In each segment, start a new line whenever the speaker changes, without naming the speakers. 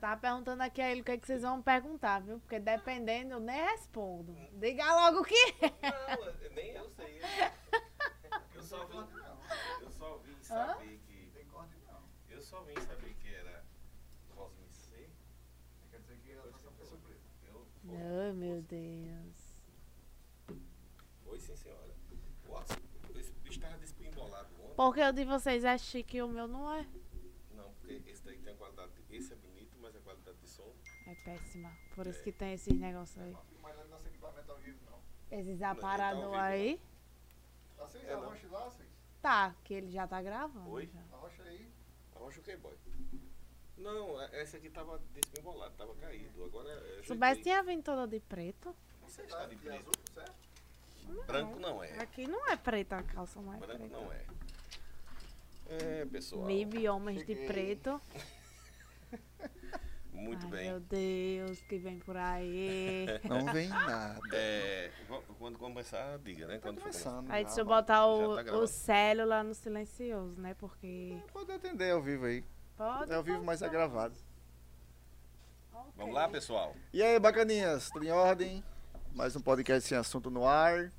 Tá perguntando aqui a ele o que, é que vocês vão perguntar, viu? Porque dependendo, eu nem respondo. Diga logo o que
Não, nem eu sei. Eu só vim, eu só vim saber que.
Tem corda não.
Eu só vim saber que era Cosme C.
Quer dizer que ela tá sempre surpresa.
Eu,
Ai, meu Deus.
Oi, sim, senhora. Watson, esse bicho tava despimbolado ontem.
Porque o de vocês é chique e o meu não é.
Não, porque esse daí tem a qualidade. de- Esse é bonito, mas a qualidade de som.
É péssima. Por
É.
isso que tem esses negócios aí.
Mas não é nosso equipamento ao vivo, não.
Esses
ao
aparador
vivo,
aí.
Tá seis
É,
a
não.
rocha lá, seis?
Tá, que ele já tá gravando.
Oi?
já.
A rocha aí.
Arrocha o que, boy? Não, é- essa aqui tava despimbolado, tava caído. Agora. é,
Se Soubesse,
ajeitei.
tinha vindo toda de preto.
Você
Tá
está de
de
preto.
azul, certo?
Branco não é.
Aqui não é preta a calça mais
Branco
preta.
não é. É, pessoal.
Mib homens de
Cheguei.
preto.
Muito
Ai,
bem.
Meu Deus, que vem por aí.
Não vem nada.
É, va- quando começar, diga, né?
Tá
Quando for começar.
começando.
Aí
já,
deixa eu
mas-
botar
já
o,
tá gravando.
o celular no silencioso, né? Porque.
Pode atender ao vivo aí.
Pode.
É ao vivo, mas é gravado.
Ok.
Vamos lá, pessoal.
E aí, bacaninhas, tudo em ordem? Mais um podcast sem assunto no ar.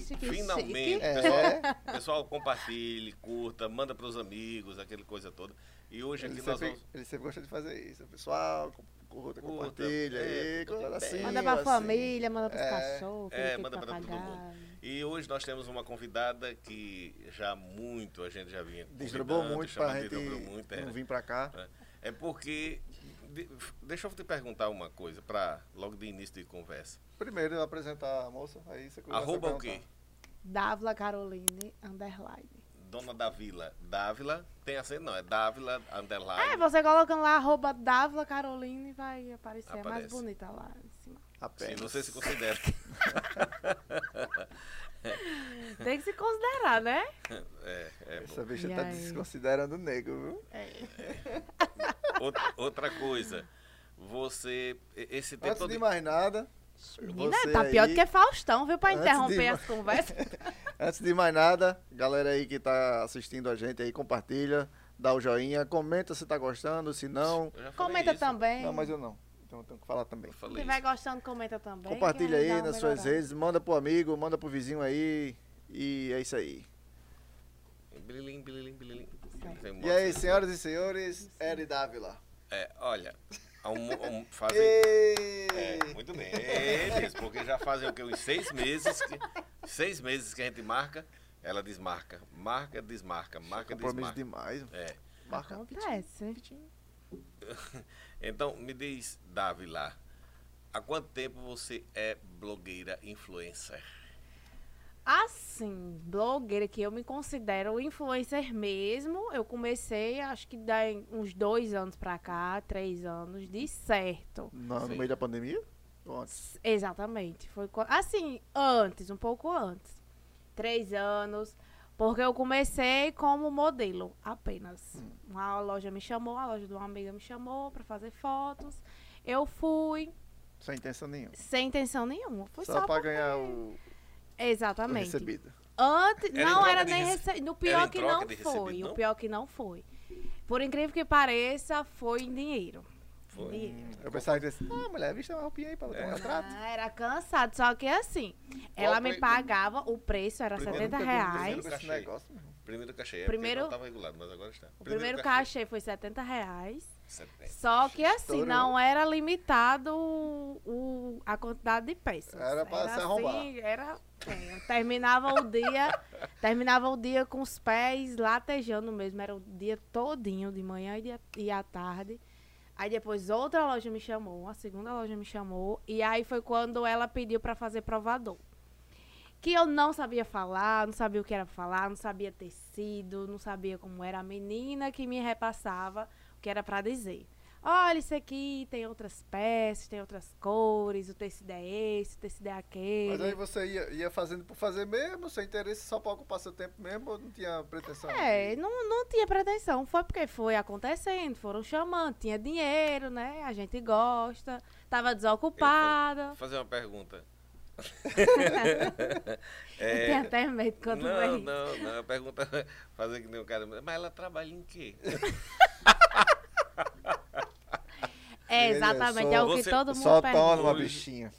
Chique,
Finalmente.
chique.
É,
Pessoal, compartilhe, curta, manda pros amigos, aquela coisa toda. E hoje aqui
ele,
nós
sempre,
vamos.
ele sempre gosta de fazer isso. Pessoal, com- curta,
Curta,
compartilha
é,
aí,
tudo bem.
coração.
Manda pra
assim.
família, manda pros
É,
cachorros,
é,
é,
manda pra todo E hoje nós temos uma convidada que já muito a gente já vinha.
Desdobrou
convidando,
muito pra
chamando,
gente
desdobrou muito, é.
não vir pra cá.
É porque. de- deixa eu te perguntar uma coisa, pra, logo de início de conversa.
Primeiro eu apresentar a moça, aí você começa a
Arroba o quê?
perguntar.
Dávila Caroline Underline.
Dona Davila. Dávila, tem acento? Não, é Dávila Underline.
É, você colocando lá arroba Dávila Caroline vai aparecer. É mais
Aparece.
bonita lá em cima.
se
Apenas.
você se considera.
Tem que se considerar, né?
É, é bom.
Essa bicha
E
tá
aí?
desconsiderando o negro, viu?
É.
Outra, outra coisa, você. e- Esse tempo
Antes
todo.
de mais nada,
Menina,
Você
tá pior do
aí-
que Faustão, viu? Pra
Antes
interromper
de-
as conversas.
Antes de mais nada, galera aí que tá assistindo a gente aí, compartilha, dá o joinha, comenta se tá gostando, se não.
Eu já falei
comenta
isso,
também.
Não, mas eu não. Então eu tenho que falar também.
eu
Se
falei
estiver
isso.
gostando, comenta também.
Compartilha aí nas suas
redes.
redes, manda pro amigo, manda pro vizinho aí. E é isso aí.
Bililim, bililim, bililim. Tem um
Tá. E aí,
monte de-
senhoras e senhores, Eri Dávila.
É, olha, há um, mo- um, fazem.
Ei!
É, muito bem, eles, porque já fazem o que? Uns seis meses. Que, seis meses que a gente marca, ela desmarca. Marca, desmarca, marca,
Compromisso
desmarca.
demais.
É.
Marca
Acontece.
Então, me diz, Dávila, há quanto tempo você é blogueira influencer?
Assim, blogueira que eu me considero influencer mesmo, eu comecei, acho que dá em uns dois anos pra cá, três anos, de certo.
no, no
Sim.
meio da pandemia? Ou antes?
S- Exatamente. Foi co- assim, antes, um pouco antes. Três anos. Porque eu comecei como modelo apenas. Uma loja me chamou, a loja de uma amiga me chamou pra fazer fotos. Eu fui
Sem intenção nenhuma.
sem intenção nenhuma. Foi
Só,
só,
pra
por-
ganhar o, o
Exatamente.
recebido.
Antes,
Era em
não
troca
era
de
nem
rece-
recebido. No
era
pior
em
que
troca
não
de recebido,
foi.
não?
O pior que não foi. Por incrível que pareça, foi em dinheiro.
Foi.
Dinheiro.
Eu pensava que disse, ah, mulher, vista uma roupinha aí pra ela ter um retrato.
Ah, era cansado, só que assim, ela me
pre-
pagava, o preço era
Primeiro
70
Nunca vi um desenho
reais.
com esse
Cachê.
negócio, meu irmão.
Primeiro cachê. É
Primeiro-
Primeiro... Não estava regulado, mas agora está.
O primeiro
caixa
cachê foi 70 reais.
Setenta.
Só que assim,
Estourou.
não era limitado o, o- a quantidade de peças.
Era pra se arrombar.
Assim, era, é, eu terminava o dia, terminava o dia com os pés latejando mesmo. Era o dia todinho, de manhã e, de- e à tarde. Aí depois outra loja me chamou, a segunda loja me chamou. E aí foi quando ela pediu pra fazer provador. Que eu não sabia falar, não sabia o que era falar, não sabia tecido, não sabia como era a menina que me repassava o que era pra dizer. Olha, isso aqui tem outras peças, tem outras cores, o tecido é esse, o tecido é aquele.
Mas aí você ia, ia fazendo por fazer mesmo, sem interesse, só pra ocupar seu tempo mesmo, ou não tinha pretensão?
É, não, não tinha pretensão. Foi porque foi acontecendo, foram chamando, tinha dinheiro, né? A gente gosta, tava desocupada.
Vou fazer uma pergunta.
Eu
É.
tenho até medo quando
não,
vem.
não, não. A pergunta é fazer que nem o cara. Mas ela trabalha em quê?
É, exatamente. É o que
Você-
todo mundo
Só torna
pergunta.
uma
Hoje-
bichinha.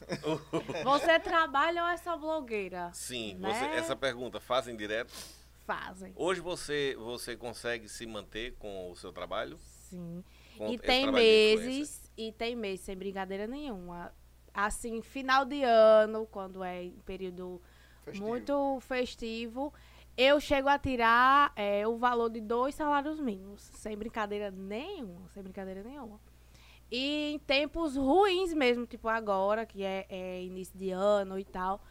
Você trabalha ou é só blogueira?
Sim,
Né?
você- essa pergunta fazem direto.
Fazem.
Hoje você, você consegue se manter com o seu trabalho?
Sim.
Com
e
esse
tem
trabalho de influencer?
meses, e tem meses, sem brincadeira nenhuma. Assim, final de ano, quando é em período
Festivo.
muito festivo, eu chego a tirar é, o valor de dois salários mínimos. Sem brincadeira nenhuma, sem brincadeira nenhuma. E em tempos ruins mesmo, tipo agora, que é, é início de ano e tal,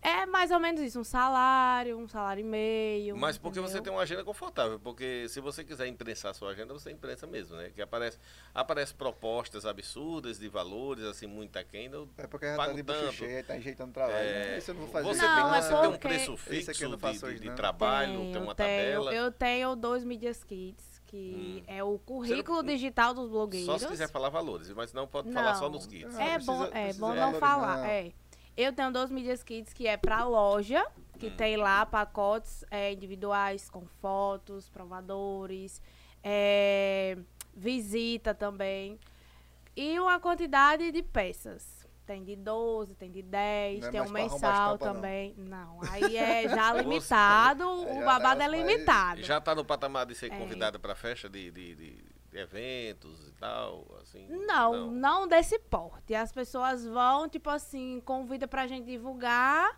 é mais ou menos isso, um salário, um salário e meio.
Mas porque você
entendeu?
tem uma agenda confortável, porque se você quiser imprensar sua agenda, você imprensa mesmo, né? Que aparece, aparece propostas absurdas de valores, assim, muito aquém. do-
É porque já tá
Pago
de
tanto.
bucha cheia, tá enjeitando trabalho.
É,
Isso eu não vou fazer.
Você,
Não,
tem,
é
você tem um
porque-
preço
Esse aqui eu
fixo
não
de-
faço
de,
hoje,
de
não.
trabalho,
Tenho,
tem
tenho.
uma tabela.
Eu tenho dois Medias Kits,
Hum.
que é o currículo digital dos blogueiros.
Só se quiser falar valores, mas não pode falar só
Não.
nos kits.
Ah,
É
precisa-
bom, é
precisa
bom não
valorizar.
falar. É. Eu tenho dois Medias Kits que é pra loja, que
Hum.
tem lá pacotes é, individuais com fotos, provadores, é, visita também. E uma quantidade de peças. Tem de 12, tem de 10,
Não é
tem
mais
um
pra arrombar
mensal
estampa, não.
também. Não. aí é já
Nossa.
limitado,
Aí
o
já
babado é
tá mais-
limitado.
Já está no patamar de ser
É.
convidada para festa de, de- de- de eventos e tal, assim?
Não, não, desse porte. As pessoas vão, tipo assim, convida pra gente divulgar,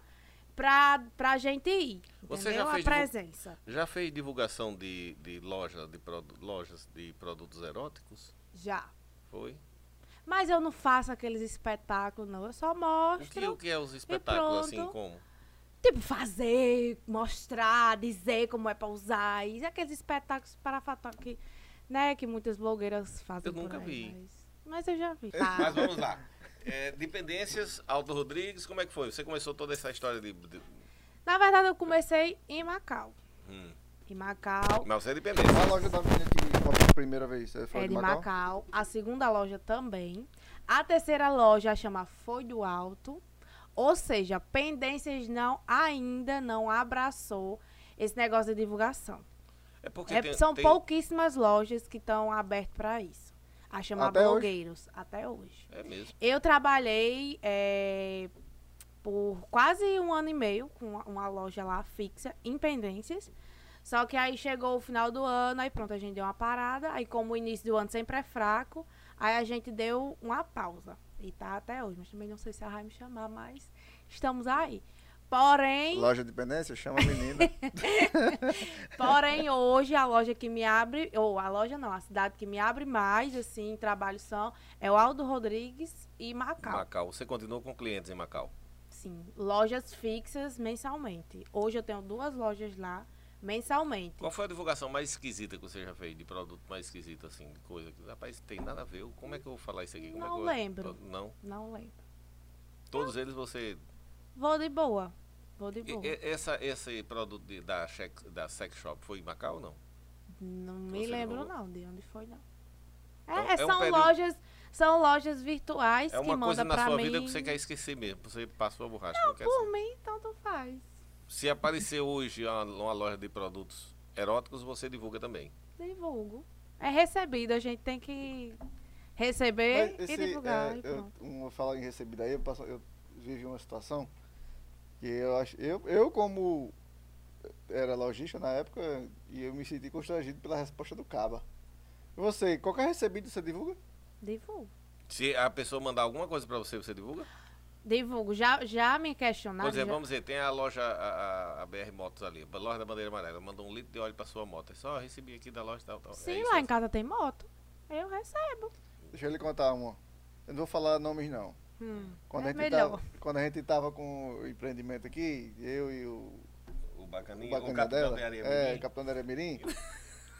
pra, pra gente ir.
Você
entendeu?
já fez
A
divu-
presença.
Já fez divulgação de, de loja, de produ- lojas de produtos eróticos?
Já.
Foi?
Mas eu não faço aqueles espetáculos, não. Eu só
O que,
mostro.
o que é os espetáculos, assim,
pronto.
como?
Tipo, fazer, mostrar, dizer como é pra usar. E aqueles espetáculos para fato que, né, que muitas blogueiras fazem.
Eu nunca
por aí,
vi.
Mas, mas eu já vi. Tá.
Mas vamos lá. É, dependências, Aldo Rodrigues, como é que foi? Você começou toda essa história de... de-
Na verdade, eu comecei em Macau.
Hum.
Em Macau.
Mas você é dependência.
A loja da menina que comprou a primeira vez. Você falou
É
de
de
Macau?
Macau. A segunda loja também. A terceira loja chama Foi do Alto. Ou seja, Pendências não ainda não abraçou esse negócio de divulgação.
É porque
É,
tem-
são
tem-
pouquíssimas lojas que estão abertas para isso. A chamar
Até hoje?
blogueiros. Até hoje.
É mesmo.
Eu trabalhei eh, por quase um ano e meio com uma- uma loja lá fixa, em Pendências. Só que aí chegou o final do ano, aí pronto, a gente deu uma parada. Aí, como o início do ano sempre é fraco, aí a gente deu uma pausa. E tá até hoje, mas também não sei se ela vai me chamar, mas estamos aí. Porém,
Loja de dependência? Chama a menina.
Porém, hoje a loja que me abre, ou a loja não, a cidade que me abre mais, assim, em trabalho são, é o Aldo Rodrigues e Macau.
Macau. Você continuou com clientes em Macau.
Sim, lojas fixas mensalmente. Hoje eu tenho duas lojas lá mensalmente.
Qual foi a divulgação mais esquisita que você já fez? De produto mais esquisito, assim, de coisa que... Rapaz, tem nada a ver. Como é que eu vou falar isso aqui? Como é
Não
que eu-
lembro.
Não?
Não lembro.
Todos eles você
Vou de boa. Vou de
E- é
boa.
e- Essa, esse produto de- da, check- da Sex Shop foi em Macau ou não?
Não
Você
me
não
lembro
rolou?
não de onde foi não.
Então,
É, é,
é um
são
período-
lojas, são lojas virtuais
é
que
uma
mandam
coisa na
pra
sua
mim.
vida que você quer esquecer mesmo. Você passou a borracha. Não, quer
Por
saber.
mim, tanto faz.
Se aparecer hoje uma, uma loja de produtos eróticos, você divulga também.
Divulgo. É recebido, a gente tem que receber
Mas esse,
e divulgar.
é,
e
eu,
pronto.
um, eu falar em recebida aí, eu, passo- eu vivi uma situação que eu acho. Eu, eu como era lojista na época, e eu me senti constrangido pela resposta do Caba. Você, é qualquer recebido você divulga?
Divulgo.
Se a pessoa mandar alguma coisa pra você, você divulga?
Divulgo. Já, já me questionaram.
Por exemplo,
já-
é, vamos dizer, tem a loja, a, a- a BR Motos ali, a loja da Bandeira Amarela, mandou um litro de óleo pra sua moto. É só "Ó, recebi aqui da loja e tal, tal. É
Sim,
isso,
lá em
é isso.
casa tem moto. Eu recebo.
Deixa eu lhe contar uma. Eu não vou falar nomes não.
Hum,
Quando,
é
a, gente
melhor.
tava, quando a gente tava com o empreendimento aqui, eu e o,
O
o
bacaninho, o,
bacana
capitão
dela,
de areia.
é,
Mirim.
Capitão da Areia Mirim,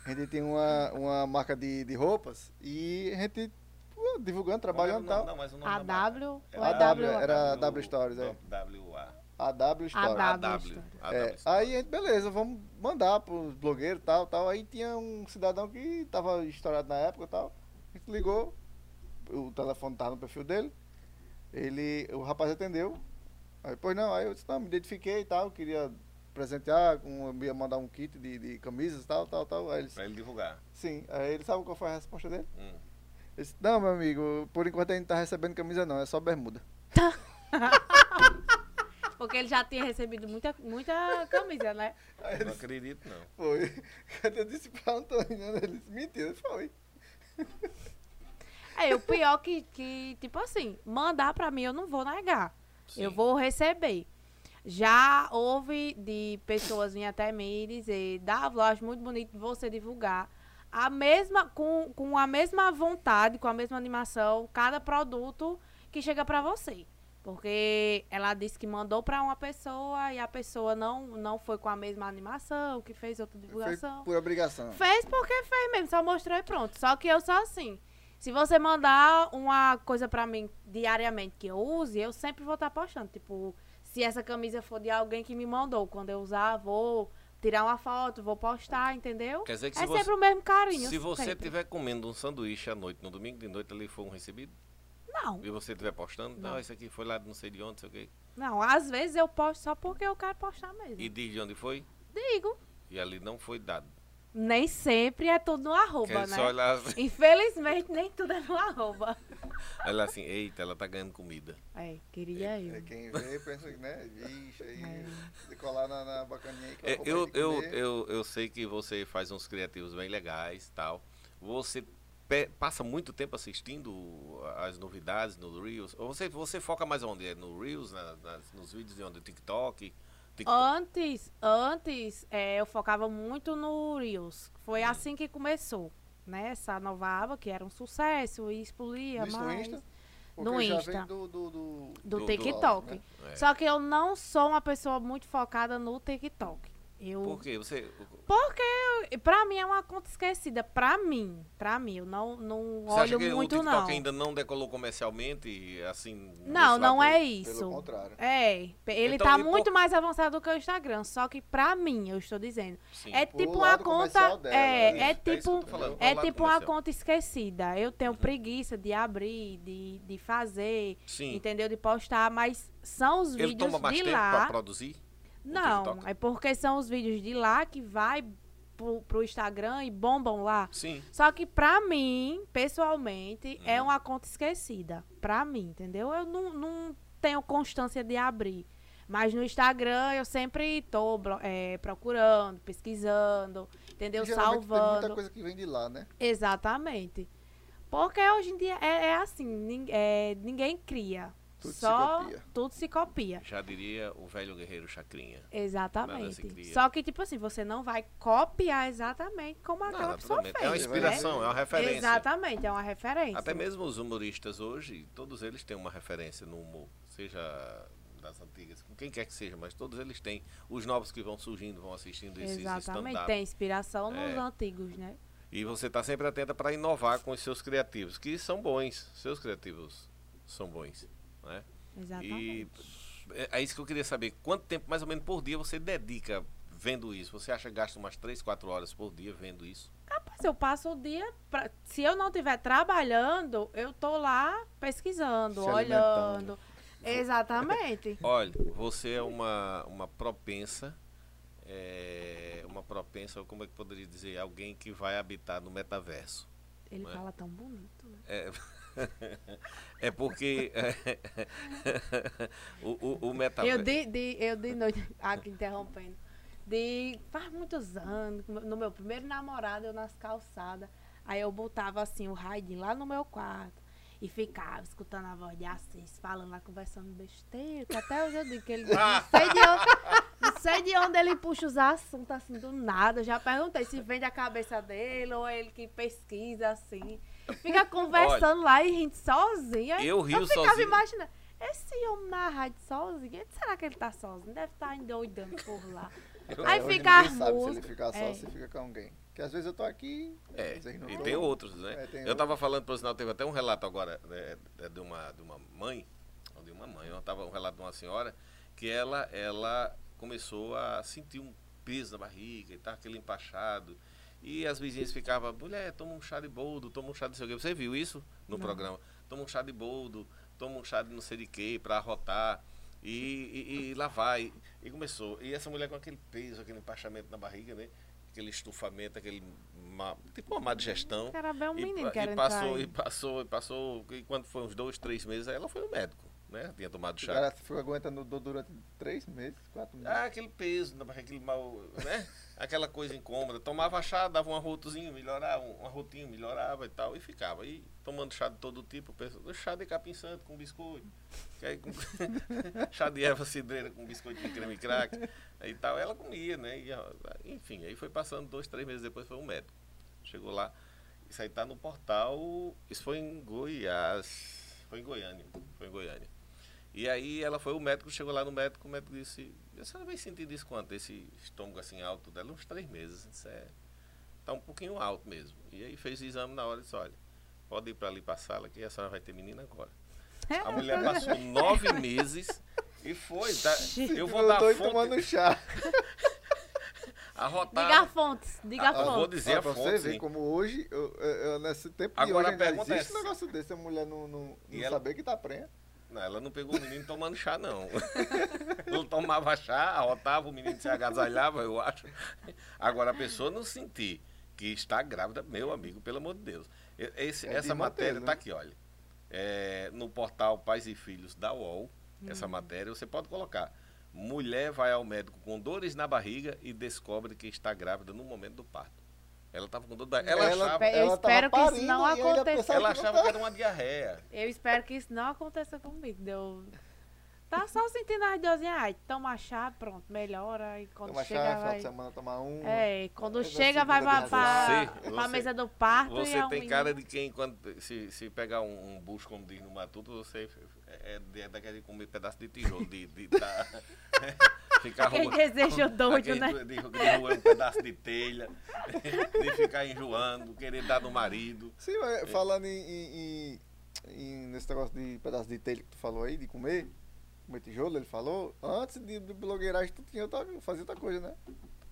a gente tinha uma, uma marca de, de roupas e a gente pô, divulgando, trabalhando e
Não,
tal.
não, mas o nome
A
da marca.
W ou
É
é
AW,
W?
era W Stories, é.
WA.
A W Store.
AW.
A
W
W.
Stories.
A
É,
W Stories.
aí, a gente, beleza, vamos mandar pros blogueiros e tal, tal. Aí tinha um cidadão que tava estourado na época e tal. A gente ligou, o telefone tava no perfil dele. Ele, o rapaz atendeu. Aí, pois não, aí eu disse, não, me identifiquei e tal, queria presentear, um, ia mandar um kit de, de camisas e tal, tal, tal. Aí ele disse,
Pra ele divulgar.
sim. Aí ele sabe qual foi a resposta dele?
Hum.
Eu disse, não, meu amigo, por enquanto a gente não tá recebendo camisa não, é só bermuda.
Porque ele já tinha recebido muita, muita camisa, né?
Aí eu
Não
disse,
acredito, não.
foi. Eu disse pra Antônio, né? ele disse, mentira, foi.
É, o pior que, que, tipo assim, mandar pra mim eu não vou negar. Eu
Sim.
vou receber. Já houve de pessoas vir até mim e dizer, Davo, eu acho muito bonito você divulgar. A mesma, com, com a mesma vontade, com a mesma animação, cada produto que chega pra você. Porque ela disse que mandou pra uma pessoa e a pessoa não, não foi com a mesma animação, que fez outra
Foi
divulgação.
por obrigação.
Fez porque fez mesmo, só mostrou e pronto. Só que eu sou assim. Se você mandar uma coisa pra mim diariamente que eu use, eu sempre vou estar postando. Tipo, se essa camisa for de alguém que me mandou, quando eu usar, vou tirar uma foto, vou postar, entendeu?
Quer dizer que
É
se você,
sempre o mesmo carinho.
se você
sempre.
estiver comendo um sanduíche à noite, no domingo de noite, ali foi um recebido,
Não,
e você estiver postando, não,
Não.
isso aqui foi lá de não sei de onde, não sei o quê,
não. Às vezes eu posto só porque eu quero postar mesmo.
e diz de onde foi,
Digo.
e ali não foi dado.
Nem sempre é tudo no arroba,
Quer
né?
só olhar assim,
Infelizmente, nem tudo é no arroba.
olhar assim, eita, ela tá ganhando comida.
É, queria eu.
É, quem vê pensa que, né, vixe, aí
É.
de colar na, na bacaninha aí que
É,
ela
eu,
vai de
eu,
comer.
eu, eu sei que você faz uns criativos bem legais tal. Você pe- passa muito tempo assistindo as novidades no Reels? Ou você, você foca mais onde? É no Reels, na- nas- nos vídeos de onde? TikTok? TikTok?
Antes, antes eh, eu focava muito no Reels. Foi
Uhum.
assim que começou, né? Essa nova aba que era um sucesso e explodia
Isso no
mais.
Insta?
No
Porque já
Insta.
vem do, do, do-
Do,
Do- do
TikTok.
áudio,
né? É.
Só que eu não sou uma pessoa muito focada no TikTok. Eu
Por quê? Você,
porque eu, pra mim é uma conta esquecida. Pra mim, pra mim, eu não, não
você acha
olho
que
muito
o TikTok
não.
ainda não decolou comercialmente? Assim,
Não,
nesse lado
não é
aí?
isso.
Pelo contrário.
É, pe- ele
né? Então,
tá
e por-
muito mais avançado do que o Instagram. Só que pra mim, eu estou dizendo.
Sim.
É
Pro
tipo uma
lado comercial
conta.
dela,
é,
né?
é
É isso que eu
tipo.
tô falando, pro
É
lado
tipo uma
comercial. Uhum.
conta esquecida. Eu tenho preguiça de abrir, de, de fazer,
Sim.
entendeu? De postar, mas são os
Ele
vídeos
toma mais
de
tempo
lá.
para produzir?
Não,
TikTok?
é porque são os vídeos de lá que vai pro, pro Instagram e bombam lá.
Sim.
Só que pra mim, pessoalmente,
Hum.
é uma conta esquecida. Pra mim, entendeu? Eu não, não tenho constância de abrir. Mas no Instagram eu sempre tô blo- eh, procurando, pesquisando, entendeu?
Geralmente Tem
Salvando.
muita coisa que vem de lá, né?
Exatamente. Porque hoje em dia é, é assim, nin- é, ninguém cria.
Tudo se
Só
copia.
tudo se copia.
Já diria o velho guerreiro Chacrinha. Nada se
Exatamente.
cria.
Só que, tipo assim, você não vai copiar exatamente como aquela
Não,
pessoa
naturalmente.
fez.
é uma
né?
inspiração, é uma referência.
Exatamente, é uma referência.
Até mesmo os humoristas hoje, todos eles têm uma referência no humor, seja das antigas, com quem quer que seja, mas todos eles têm. Os novos que vão surgindo, vão assistindo esses
Exatamente,
stand-up.
tem inspiração nos
É.
antigos, né?
E você está sempre atenta para inovar com os seus criativos, que são bons. Seus criativos são bons. Né?
Exatamente.
E é- é isso que eu queria saber. Quanto tempo, mais ou menos, por dia você dedica vendo isso? Você acha que gasta umas 3, 4 horas por dia vendo isso?
Rapaz, eu passo o dia. pra- Se eu não estiver trabalhando, eu tô lá pesquisando,
Se
olhando. Exatamente.
Olha, você é uma, uma propensa, é, uma propensa, ou como é que poderia dizer, alguém que vai habitar no metaverso.
Ele
Não é?
fala tão bonito. né?
É, é porque é, o, o, o
Eu
metaverso...
de, de, eu de noite, aqui interrompendo, de faz muitos anos, no meu primeiro namorado, eu nas calçadas, aí eu botava assim o raidinho lá no meu quarto e ficava escutando a voz de Assis falando lá, conversando besteira, que até hoje eu digo que ele não sei de onde, não sei de onde ele puxa os assuntos assim do nada, eu já perguntei se vem da cabeça dele ou ele que pesquisa assim, fica conversando lá e rindo sozinho, aí
Eu rio
ficava
sozinho.
imaginando, esse homem na rádio sozinho, será que ele tá sozinho? Deve estar endoidando por lá. Aí
É, hoje
fica a
ninguém sabe se ele
música.
ficar só,
é.
se fica com alguém. Porque às vezes eu tô aqui,
É,
vocês não
e
tão.
tem outros, né?
É, tem
eu tava falando pro sinal, teve até um relato agora né, é de, uma, de uma mãe, ou de uma mãe, eu tava um relato de uma senhora, que ela, ela começou a sentir um peso na barriga e tá aquele empachado. E as vizinhas ficavam, mulher, toma um chá de boldo, toma um chá de não sei o quê. Você viu isso no
Não.
programa? Toma um chá de boldo, toma um chá de não sei de quê pra arrotar. E, e, e lá vai. E começou. E essa mulher com aquele peso, aquele empachamento na barriga, né? Que aquele estufamento, aquele ma- tipo uma má digestão.
Cara, bem um
E,
menino que
pa-
era
e
entrar
passou,
aí.
e passou, e passou, e quando foi uns dois, três meses, aí ela foi ao médico, né? Tinha tomado
O
chá.
cara ficou aguentando dor durante três meses, quatro meses.
Ah, aquele peso, na barriga, aquele mal, né? Aquela coisa incômoda. Tomava chá, dava um arrotozinho, melhorava, um arrotinho, melhorava e tal, e ficava. E tomando chá de todo tipo, pessoa, chá de capim santo com biscoito. que aí com- chá de erva cidreira com biscoito de creme crack e tal. Ela comia, né? E, ó, enfim, aí foi passando dois, três meses depois, foi um médico. Chegou lá. Isso aí tá no portal. Isso foi em Goiás. Foi em Goiânia. Foi em Goiânia. E aí ela foi, o médico chegou lá no médico, o médico disse, a senhora vem sentindo isso quanto? Esse estômago assim alto dela, uns três meses. Isso é, tá um pouquinho alto mesmo. E aí fez o exame na hora e disse, olha, pode ir para ali para a sala que a senhora vai ter menina agora.
É.
A mulher passou nove meses e foi. tá? eu vou dar
tô
a
aí tomando
fonte,
chá.
Diga a
arrotada.
fontes, diga
Ah,
a
eu vou
fontes.
dizer
Ó,
a
pra
fonte,
você ver
sim.
como hoje, eu, eu- eu- nesse tempo de
Agora
hoje, ainda
a pergunta
existe
é
um
essa.
negócio desse, a mulher não, não,
E
não
ela-
saber que tá prenha.
Não, ela não pegou o menino tomando chá, não. Não tomava chá, arrotava, o menino se agasalhava, eu acho. Agora, a pessoa não sentir que está grávida, meu amigo, pelo amor de Deus. E- esse-
É de
essa
manter,
matéria
né?
está aqui, olha. É, no portal Pais e Filhos da UOL, essa matéria, você pode colocar. Mulher vai ao médico com dores na barriga e descobre que está grávida no momento do parto. Ela estava com dor da barriga. Ela, achava,
Eu
tava
espero que isso
parindo
não
e ainda
aconteça.
pensava
ela
que não
achava que
tá-
era uma diarreia.
Eu espero que isso não aconteça comigo. Deu... Tá só sentindo as dorzinhas. Ai, toma chá, pronto, melhora. E quando
Tomar
chega,
chá, final
vai.
de semana tomar um.
É, e quando
Eu já
chega,
sei
vai
como é
pra,
que
é.
pra,
Você-
pra
você-
mesa do parto. e é
Você
um
tem cara
menino.
de quem, quando, se, se pegar um, um bucho, como diz no Matuto, você é, é de- é daquele de comer pedaço de tijolo, de, de tá, ficar
Aquele
roubando-
desejo doido,
aquele
né?
de, de roer um pedaço de telha, de ficar enjoando, querer dar no marido.
Sim, mas falando em, em- em- em- nesse negócio de pedaço de telha que tu falou aí, de comer, comer tijolo, ele falou, antes de, de blogueiragem tu tinha outra, fazia outra coisa, né?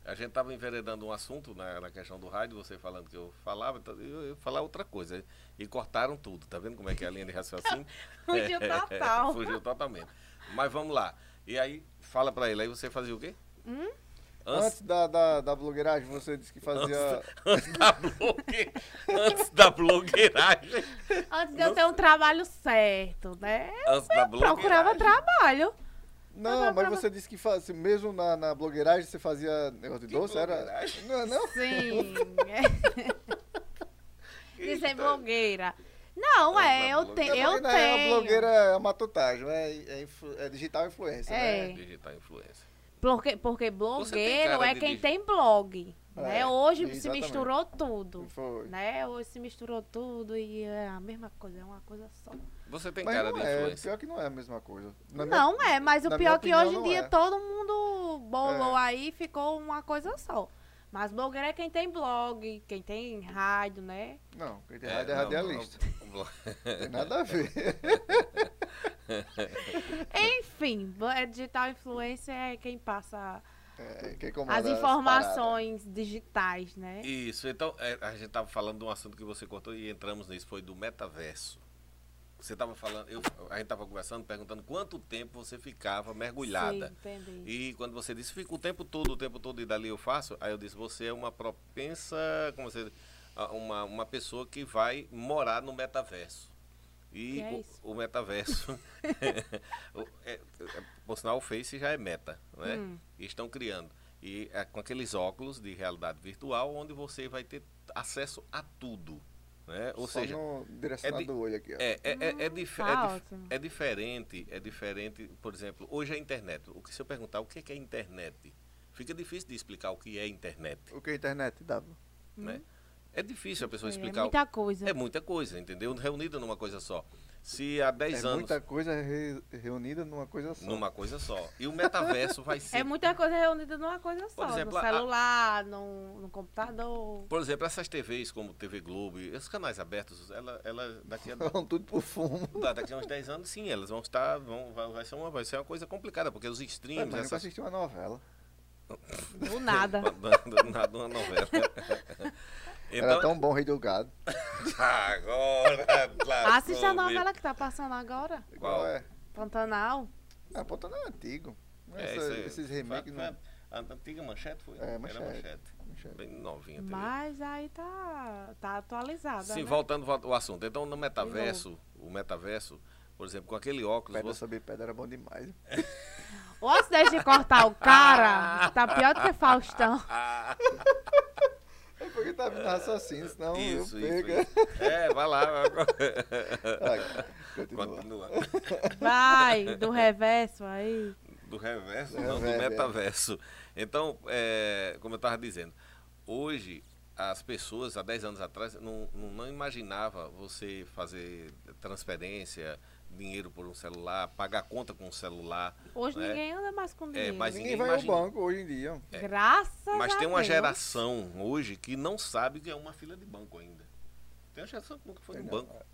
A gente estava enveredando um assunto na, na questão do rádio, você falando que eu falava, então eu ia falar outra coisa. E cortaram tudo, tá vendo como é que é a linha de raciocínio?
Fugiu total.
É, Fugiu totalmente. Mas vamos lá. E aí, fala pra ele, aí você fazia o quê?
Hum?
Antes,
Antes da, da, da blogueiragem você disse que fazia...
antes da blogue... antes da blogueiragem.
Antes de eu ter um trabalho certo, né?
Antes da blogueiragem.
Procurava trabalho.
Não,
Mas-
mas você disse que fazia, mesmo na, na blogueiragem você fazia negócio de doce, era...
blogueiragem?
Não, não?
Sim. de ser
Eita.
blogueira. Não, é, eu, te,
Não,
eu
mas na real,
tenho.
blogueira é matutagem, é, é, influ- é digital influencer,
É.
né?
Digital influência.
Porque, porque blogueiro
cara
é
de
quem
digi-
tem blog. né?
É,
Hoje se
exatamente.
misturou tudo.
Foi.
Né? Hoje se misturou tudo e é a mesma coisa, é uma coisa só.
Você tem
Mas
cara
não
de
é,
influência.
pior que não é a mesma coisa. Na minha-
não é, mas o
na
pior
minha
é que
opinião,
hoje em
não
dia
é.
todo mundo bolou aí e ficou uma coisa só. Mas blogueiro é quem tem blog, quem tem rádio, né?
Não, quem tem
É,
rádio é
não,
radialista.
não, blo-
Não tem nada a ver.
Enfim, bo- é digital influencer é quem passa
É, quem comanda
as
as
informações digitais, né?
Isso, então é, a gente estava falando de um assunto que você cortou e entramos nisso, foi do metaverso. Você estava falando, eu- a gente estava conversando, perguntando quanto tempo você ficava mergulhada.
Sim, entendi.
E quando você disse, fica o tempo todo, o tempo todo, e dali eu faço, aí eu disse, você é uma propensa, como você a- uma, uma pessoa que vai morar no metaverso. E
Que é
o-
isso?
o, metaverso. o- é- é- por sinal, o Face já é meta, né?
Hum.
E estão criando. E é com aqueles óculos de realidade virtual, onde você vai ter acesso a tudo. Né? Ou
Só
seja,
no direcionado
é de-
do olho aqui, ó.
é, é, é, é, dif-
tá
é dif-
ótimo.
é diferente, é diferente, por exemplo, hoje é internet. O que se eu perguntar o que é que é internet, fica difícil de explicar o que é internet,
O que é internet? W.
né? É difícil a pessoa
Hum. é
explicar. o-
muita coisa.
É muita coisa, entendeu? Reunida numa coisa só. Se há 10
é
anos
muita coisa re- reunida numa coisa só.
numa coisa só. E o metaverso vai ser
É muita coisa reunida numa coisa só.
exemplo,
no
a-
celular, no, no computador.
Por exemplo, essas TVs como TV Globo, e esses canais abertos, ela, ela daqui a
Vão tudo pro fumo.
da- daqui a uns 10 anos, sim, elas vão estar, vão, vai, vai ser uma, vai ser uma coisa complicada, porque os
Ué,
streams,
É, mas nunca
essas
assisti uma novela.
Do nada.
Mandando nada uma novela. Então,
Era tão bom Rei do Gado.
Agora. lá
Assiste a
soube.
novela que tá passando agora.
Qual?
é?
Pantanal.
Ah, Ponta não é antigo.
É,
Essa-
isso aí.
esses
Foi-
remakes
foi
não...
a- a antiga manchete foi?
É, manchete.
Era manchete.
Michele.
Bem novinha. teve-
Mas aí tá, tá atualizada. né?
Sim, voltando vo- ao assunto. Então, no metaverso, o metaverso, por exemplo, com aquele óculos,
Pedra
você,
sobre pedra era bom demais.
Ou se deixa de cortar o cara, tá pior do que Faustão.
É porque tá vindo raciocínio, senão
Isso,
eu
isso,
pego.
isso. É, vai lá.
Ah, continua.
Continua.
Vai, do reverso aí.
Do reverso,
Do
não, do
reverso, é.
metaverso. Então, é, como eu estava dizendo, hoje as pessoas, há 10 anos atrás, não, não, não imaginava você fazer transferência, dinheiro por um celular, pagar conta com um celular.
Hoje
né?
ninguém anda mais com dinheiro.
mas
Ninguém
ninguém
vai
imagina.
ao banco hoje em dia.
é.
Graças
Mas
a
tem uma
Deus.
geração hoje que não sabe que é uma fila de banco ainda. Tem uma geração que nunca foi no
Entendeu?
banco.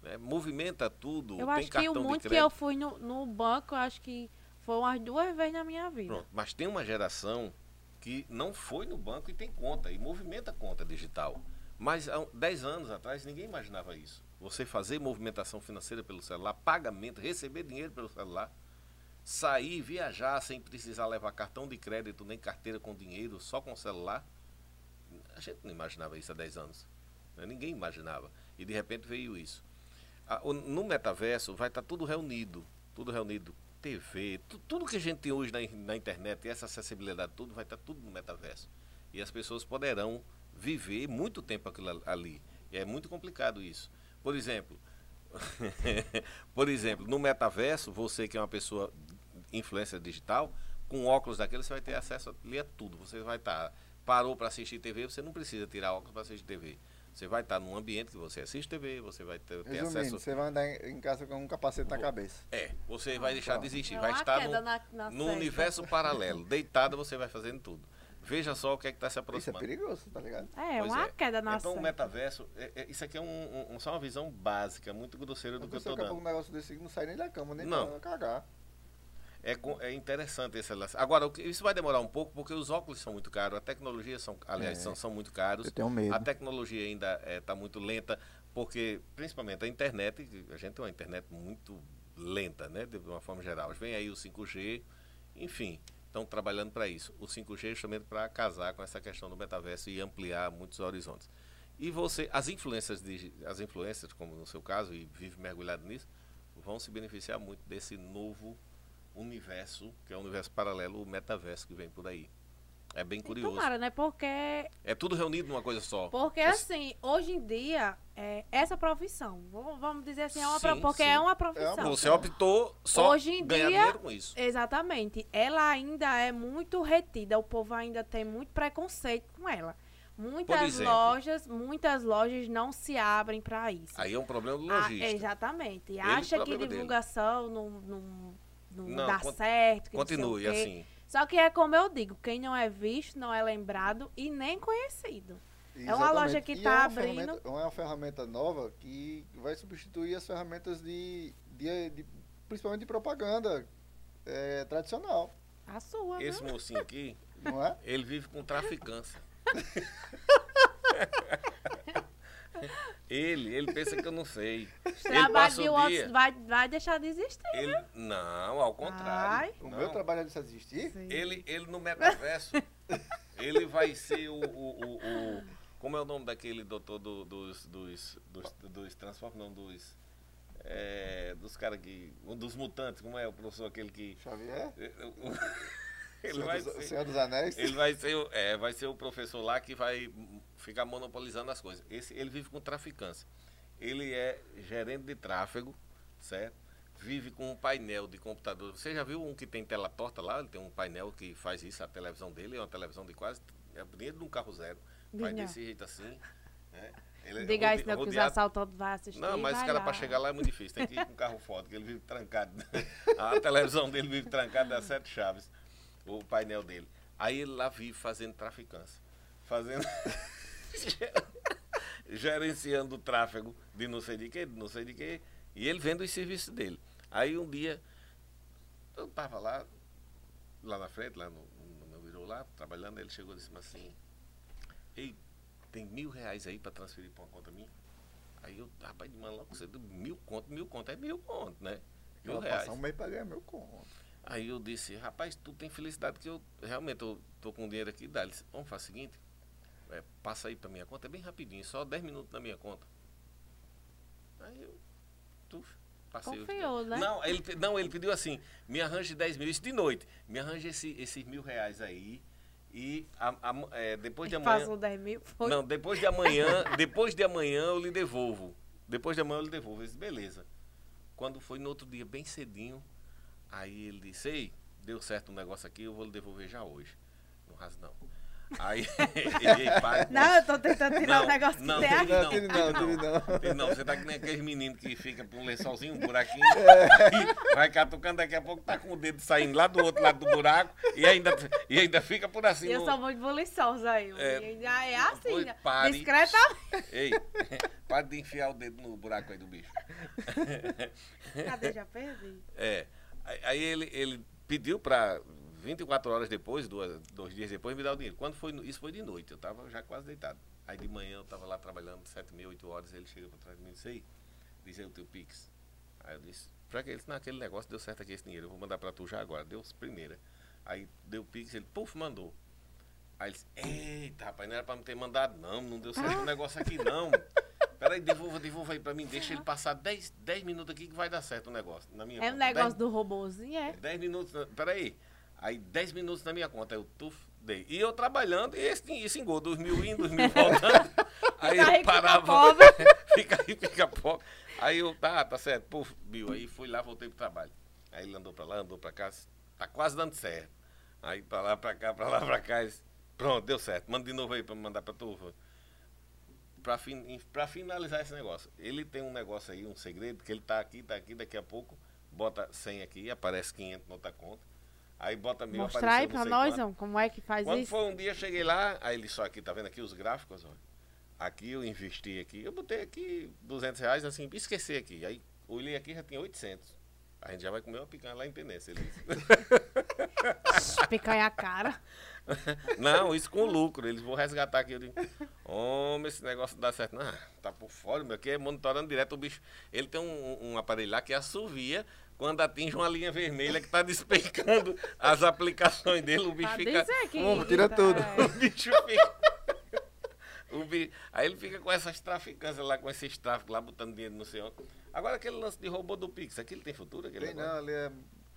né? Movimenta tudo,
Eu
tem
acho que
cartão
o
de
muito é que
crédito.
eu fui no, no banco, eu acho que foi umas duas vezes na minha vida.
Pronto, mas tem uma geração que não foi no banco e tem conta, e movimenta conta digital. Mas há um- 10 anos atrás ninguém imaginava isso. Você fazer movimentação financeira pelo celular, pagamento, receber dinheiro pelo celular, sair, viajar sem precisar levar cartão de crédito nem carteira com dinheiro, só com o celular. A gente não imaginava isso há 10 anos. né? Ninguém imaginava. E de repente veio isso. A- o- No metaverso vai estar tudo reunido. Tudo reunido. TV, tu- tudo que a gente tem hoje na, in- na internet, essa acessibilidade, tudo vai estar tudo no metaverso. E as pessoas poderão viver muito tempo aquilo al- ali. E é muito complicado isso. Por exemplo, por exemplo, no metaverso, você que é uma pessoa influência digital, com óculos daquele você vai ter acesso a- ali a tudo. Você vai estar parou para assistir TV, você não precisa tirar óculos para assistir TV. Você vai estar num ambiente que você assiste TV, você vai ter, ter
Resumindo,
acesso.
você Ah, vai andar em em casa com um capacete na
Vou-
cabeça.
É, você vai deixar
então.
de existir,
É
vai
uma
estar
queda
num,
na- na
num
seta.
universo paralelo, deitado você vai fazendo tudo. Veja só o que é que está se
Isso é
aproximando.
perigoso, tá ligado?
É,
Pois
uma queda na
Então o
seta.
metaverso, é- é- isso aqui é um- um- um- só uma visão básica, muito grosseira do
Uma
que eu
pessoa
estou
acabou
dando.
com um negócio desse que não sai nem da cama, nem
Não.
pra cagar.
É, co- é interessante esse lance. Agora, o que- isso vai demorar um pouco porque os óculos são muito caros, a tecnologia são, aliás,
É.
são, são muito caros.
tenho um medo.
A tecnologia ainda está muito lenta, porque principalmente a internet, a gente tem uma internet muito lenta, né? De uma forma geral. Vem aí o 5G, enfim, estão trabalhando para isso. O 5G é justamente para casar com essa questão do metaverso e ampliar muitos horizontes. E você, as influências, digi- as influências, como no seu caso, e vive mergulhado nisso, vão se beneficiar muito desse novo universo, que é o universo paralelo, o metaverso que vem por aí. É bem curioso.
Tomara, né? Porque
É tudo reunido numa coisa só.
Porque
Esse-
assim, hoje em dia, é, essa profissão, v- vamos dizer assim, é uma
Sim,
pro- porque
sim.
é uma profissão.
É uma-
Você optou só
Hoje em
ganhar
dia- é
dinheiro com isso.
Exatamente. Ela ainda é muito retida, o povo ainda tem muito preconceito com ela. Muitas
exemplo.
lojas, muitas lojas não se abrem para isso.
Aí é um problema do
Ah,
logista.
exatamente.
o
Acha que
problema dele.
divulgação não, não, não,
Não,
dá
con-
certo. que não sei o
Continue
quê.
assim.
Só que é como eu digo, quem não é visto, não é lembrado e nem conhecido. É uma loja que
E
tá
é uma
abrindo.
ferramenta- É uma ferramenta nova que vai substituir as ferramentas de, de- de- principalmente de propaganda é, tradicional,
A sua, né?
Esse mocinho aqui,
não é?
ele vive com traficância. ele, ele pensa que eu não sei. Ele
Trabalho
passa
de
o
Watts
dia.
vai, vai deixar de existir.
Ele, não, ao contrário.
Ai.
O
Não.
meu trabalho é de se assistir.
Ele, ele no metaverso, ele vai ser o, o- o- o- Como é o nome daquele doutor do- dos, dos, dos, dos Transformers? Não, dos. é, dos caras que. Um dos mutantes, como é o professor aquele que.
Xavier,
Ele
Senhor,
vai
dos,
ser.
Senhor dos Anéis.
Ele vai ser, o- é, vai ser o professor lá que vai hum, ficar monopolizando as coisas. Esse, ele vive com traficância. Ele é gerente de tráfego, certo? Vive com um painel de computador. Você já viu um que tem tela torta lá? Ele tem um painel que faz isso, a televisão dele é uma televisão de quase. É bonito de um carro zero. Vai
Não.
desse jeito assim. Né? Ele é
Diga
rode-
isso, não, que os
rodeado-
assaltantes vão assistir.
não, mas esse
vai
cara
lá.
para chegar lá é muito difícil. Tem que ir com um carro forte, que ele vive trancado. A televisão dele vive trancada das sete chaves. O painel dele. Aí ele lá vive fazendo traficância. Fazendo. gerenciando o tráfego de não sei de quê, de não sei de quê. E ele vendo os serviços dele. Aí um dia, eu tava lá, lá na frente, lá no, no meu birô lá, trabalhando, ele chegou e disse mas assim, ei, tem mil reais aí para transferir para uma conta minha? Aí eu, rapaz, de mano, logo cedo, mil conto, mil conto, é mil conto, né? Mil
Eu vou
reais.
passar um mês pra ganhar meu conto.
Aí eu disse, rapaz, tu tem felicidade que eu realmente eu tô com dinheiro aqui, dá. Ele disse, vamos fazer o seguinte, é, passa aí pra minha conta, é bem rapidinho, só 10 minutos na minha conta. Aí eu tuf, passei os
Confiou, né?
Não ele, pe- não, ele pediu assim, me arranje 10 mil, isso de noite, me arranje esse- esses mil reais aí e a- a- é, depois de amanhã...
Passou 10 mil, foi.
Não, depois de amanhã, depois de amanhã eu lhe devolvo. Depois de amanhã eu lhe devolvo. Eu disse, beleza. Quando foi no outro dia, bem cedinho, aí ele disse, ei, deu certo um negócio aqui, eu vou lhe devolver já hoje. No raso não. Aí ele ei, pai,
Não, eu tô tentando tirar
Não,
o negócio
não,
que tem aqui.
tem- Não,
Não, teve não, teve
teve
não.
ele, não, você tá que nem aqueles meninos que fica com um lençolzinho, um buraquinho,
É.
aí vai catucando, daqui a pouco tá com o dedo saindo lá do outro lado do buraco e ainda, e ainda fica por assim.
eu
no-
sou muito buliçosa aí.
É,
É, é assim,
pois
né?
pare.
discretamente.
Ei, para de enfiar o dedo no buraco aí do bicho.
Cadê? Já perdi.
É. Aí- Aí ele, ele pediu para 24 horas depois, duas, dois dias depois, me dar o dinheiro. Quando foi, no- isso foi de noite, eu estava já quase deitado. Aí de manhã eu estava lá trabalhando, 7 mil, 8 horas, ele chega para trás de mim e disse, "Ei, diz aí o teu Pix. Aí eu disse, para que ele disse, naquele negócio deu certo aqui esse dinheiro, eu vou mandar para tu já agora, deu primeira. Aí deu Pix, ele, puf, mandou. Aí ele disse, eita, rapaz, não era para me ter mandado não, não deu certo o negócio aqui não. Peraí, devolva, devolva aí para mim, deixa ele passar 10, 10 minutos aqui que vai dar certo o negócio. Na minha
É um
conta.
negócio
10
do robôzinho, é.
10 minutos, na- peraí. Aí 10 minutos na minha conta, eu tuf, dei. E eu trabalhando, e esse, din- esse engol, 2 mil indo, 2 mil voltando. Aí
Fica rico,
eu
fica
parava.
pobre.
fica aí, fica pobre. Aí eu, tá, tá certo, puf, Bill. Aí fui lá, voltei pro trabalho. Aí ele andou pra lá, andou pra cá, disse, tá quase dando certo. Aí pra lá, pra cá, pra lá, pra cá. disse, Pronto, deu certo. Manda de novo aí pra me mandar pra tu. Pra, fin- pra finalizar esse negócio, ele tem um negócio aí, um segredo, que ele tá aqui, tá aqui, daqui a pouco bota 100 aqui, aparece 500 na outra conta. Aí bota mil,
Mostrar aí
apareceu não
pra
sei
nós,
quanto.
ó, como é que faz
Quando
isso.
foi um dia, cheguei lá, aí ele só aqui, tá vendo aqui os gráficos? Ó. Aqui eu investi aqui, eu botei aqui 200 reais, assim, esqueci aqui. Aí olhei aqui, já tinha 800. A gente já vai comer uma picanha lá em Penense, ele disse.
Picanha a cara.
Não, isso com lucro, eles vão resgatar aqui. Eu digo, homem, esse negócio não dá certo. Não, tá por fora, meu, aqui é monitorando direto o bicho. Ele tem um, um aparelho lá que assovia quando atinge uma linha vermelha que tá despencando as aplicações dele, o bicho
Pra
fica... um-
dizer que-
Vamos, tira
que-
tudo.
O
é.
bicho fica. O bi- Aí ele fica com essas traficâncias lá, com esses tráficos lá, botando dinheiro no seu. Agora aquele lance de robô do Pix, aquilo tem futuro? Aquele
Tem não,
negócio?
ali é,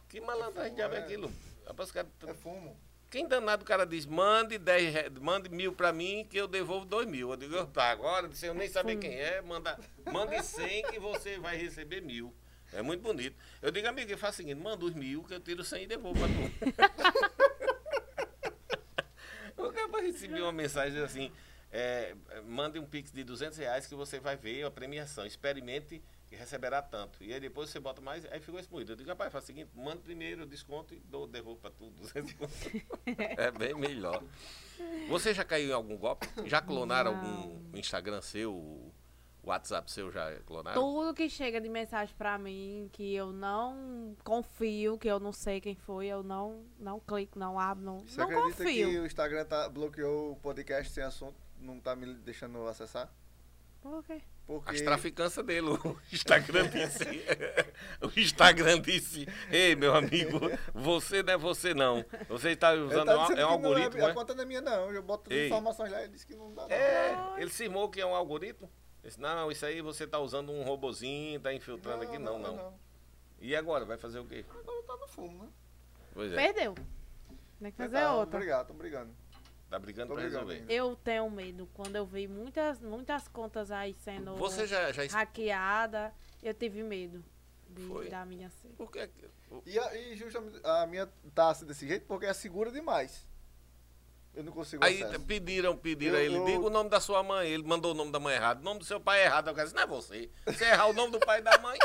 Que malandragem de diabo é aquilo? Rapaz, os caras-
É fumo.
Quem danado o cara diz, mande, 10, re- mande mil pra mim que eu devolvo dois mil. Eu digo, tá, agora, se eu nem saber quem é, manda, mande 100 que você vai receber mil. É muito bonito. Eu digo, amigo, faz o seguinte, manda os mil que eu tiro 100 e devolvo pra tu. o cara recebi uma mensagem assim, é, mande um pix de 200 reais que você vai ver a premiação. Experimente e receberá tanto. E aí depois você bota mais, aí ficou esmoído. Eu digo, rapaz, faz o seguinte, manda primeiro o desconto e dou, devolvo pra tu 200 conto. É bem melhor. Você já caiu em algum golpe? Já clonaram algum Instagram seu, WhatsApp seu já clonaram?
Tudo que chega de mensagem pra mim, que eu não confio, que eu não sei quem foi, eu não, não clico, não abro, não,
você
não
acredita que
confio.
o Instagram tá, bloqueou o podcast sem assunto? Não tá me deixando acessar?
Por quê?
Porque.
As traficâncias dele, o Instagram disse. o Instagram disse, ei meu amigo, você não é você não. Você está
Ele
usando
tá
um-
dizendo
é um
que não
algoritmo.
É,
né?
a conta não é minha, não. Eu boto as
Ei.
informações lá e diz que não dá. Não.
É, ele cismou que é um algoritmo. Ele Disse, não, isso aí você está usando um robozinho, está infiltrando aqui. Não, não, E agora, vai fazer o quê?
Agora tá no fumo, né?
Pois é,
Perdeu. Tem que fazer
Tá,
é outra.
Obrigado, tô brigando.
tá brigando
Tô
para
brigando
resolver.
ainda.
Eu tenho medo quando eu vi muitas, muitas contas aí sendo
Você já, é já explicou
hackeada, eu tive medo de,
Foi?
da minha senha.
o que é que- o-
E, a- e justamente a minha tá assim desse jeito porque é segura demais. Eu não consigo
Aí tá,
acesso.
pediram, pediram
Eu-
a ele,
eu-
diga o nome da sua mãe. Ele mandou o nome da mãe errado, o nome do seu pai errado. Eu disse, não é você. Você errar o nome do pai e da mãe,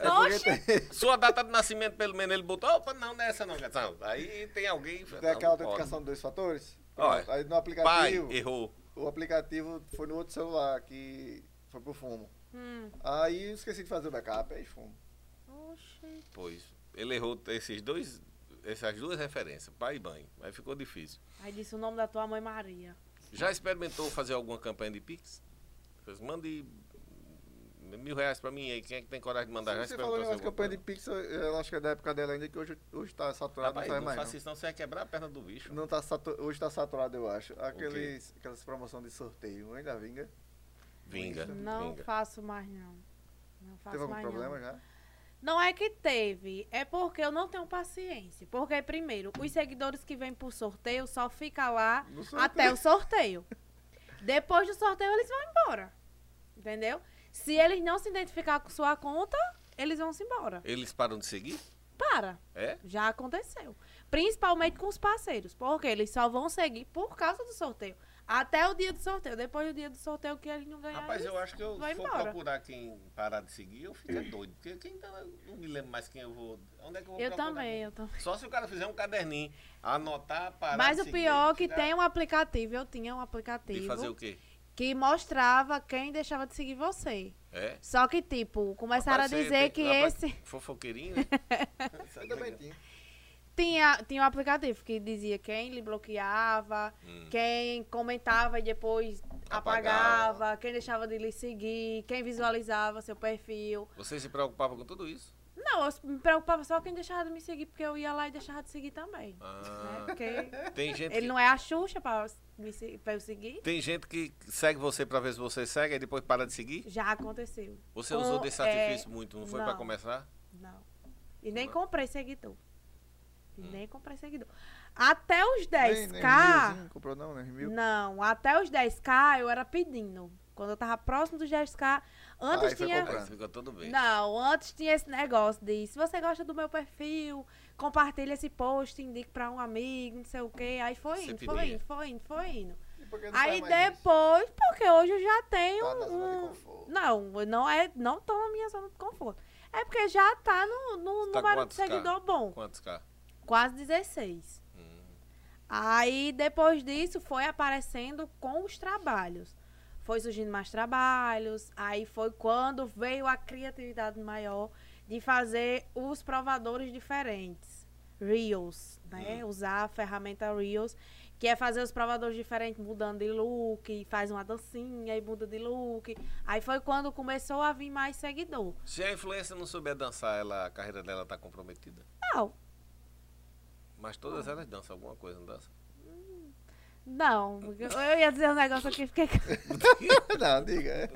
É
Oxe!
sua data de nascimento, pelo menos, ele botou. Opa, não, não é essa não. quer dizer, não. Aí tem alguém.
Tem
não,
aquela
não Tá pode.
autenticação de dois fatores.
Olha,
aí no
Pai,
aplicativo,
errou.
o aplicativo foi no outro celular que foi pro fumo.
Hum,
Aí eu esqueci de fazer o backup, aí fumo.
oxe.
Pois, ele errou esses dois, essas duas referências, pai e mãe. Aí ficou difícil.
Aí disse o nome da tua mãe Maria.
Já experimentou fazer alguma campanha de Pix? Vocês mandem Mil reais pra mim aí. Quem é que tem coragem de mandar?
Se
Já
você
se
falou
perguntou
nas
se eu vou-
campanhas de Pix, eu acho que é da época dela ainda, que hoje, hoje tá saturado,
Rapaz,
não
não
sai mais.
faça
não.
isso não, você vai quebrar a perna do bicho.
Não tá satu- Hoje tá saturado, eu acho. Aqueles, Aquelas promoções de sorteio, ainda vinga.
Vinga,
Não
vinga.
faço mais, não. Não faço
Teve algum
mais,
problema
não.
já?
Não é que teve, é porque eu não tenho paciência. Porque, primeiro, os seguidores que vêm por sorteio só fica lá
No sorteio.
até o sorteio. Depois do sorteio, eles vão embora. Entendeu? Se eles não se identificar com sua conta, eles vão se embora.
Eles param de seguir?
Para.
É?
Já aconteceu. Principalmente com os parceiros, porque eles só vão seguir por causa do sorteio. Até o dia do sorteio. Depois do dia do sorteio que eles não ganharam.
Rapaz, eu acho que eu,
vai
se for
embora.
procurar quem parar de seguir, eu fico é doido. Porque quem tá, não me lembro mais quem eu vou. Onde é que eu vou
Eu
procurar
também,
quem?
eu também.
Só se o cara fizer um caderninho, anotar, parar.
Mas
de
o
seguir,
pior é que
tirar-
tem um aplicativo, eu tinha um
De
aplicativo
fazer o quê?
que mostrava quem deixava de seguir você.
É?
Só que, tipo, começaram
Rapaz,
a
você
dizer
tem-
que
rapaz,
esse.
Fofoqueirinho, né?
Ainda bem tinha.
Tinha, tinha um aplicativo que dizia quem lhe bloqueava,
Hum.
quem comentava e depois apagava,
Apagava.
quem deixava de lhe seguir, quem visualizava seu perfil.
Você se preocupava com tudo isso?
Não, eu s- me preocupava só quem deixava de me seguir, porque eu ia lá e deixava de seguir também. Né?
Ah,
Porque
tem gente
ele
que-
não é a Xuxa pra, me, se- pra eu seguir.
Tem gente que segue você pra ver se você segue e depois para de seguir?
Já aconteceu.
Você
Com-
usou desse
é,
artifício muito, não foi pra
não.
começar?
Não. E nem
Não. Hum.
comprei seguidor. E nem comprei seguidor. Até os 10k.
Nem, nem comprou não, né? Mil.
Não, até os 10k eu era pedindo. Quando eu tava próximo dos 10k, antes
Aí foi
tinha.
comprando.
Aí fica tudo bem.
Não, antes tinha esse negócio de se você gosta do meu perfil, compartilha esse post, indique pra um amigo, não sei o quê. Aí foi
Você
indo, foi
pedia.
indo, foi indo, foi indo.
E por que não
Aí
faz mais isso?
depois, porque hoje eu já tenho
Tá na zona de
um.
conforto.
Não, eu não é, não tô na minha zona de conforto. É porque já tá no, no número
Tá
de
quantos K?
seguidor bom.
Quantos K?
Quase 16.
Hum.
Aí depois disso foi aparecendo com os trabalhos. Foi surgindo mais trabalhos, aí foi quando veio a criatividade maior de fazer os provadores diferentes. Reels, né? Usar a ferramenta Reels, que é fazer os provadores diferentes, mudando de look, faz uma dancinha e muda de look. Aí foi quando começou a vir mais seguidor.
Se a influência não souber dançar, ela, a carreira dela tá comprometida.
Não,
Mas todas elas dançam alguma coisa, não dança?
não. Eu ia dizer um negócio aqui, fiquei.
não, diga. é.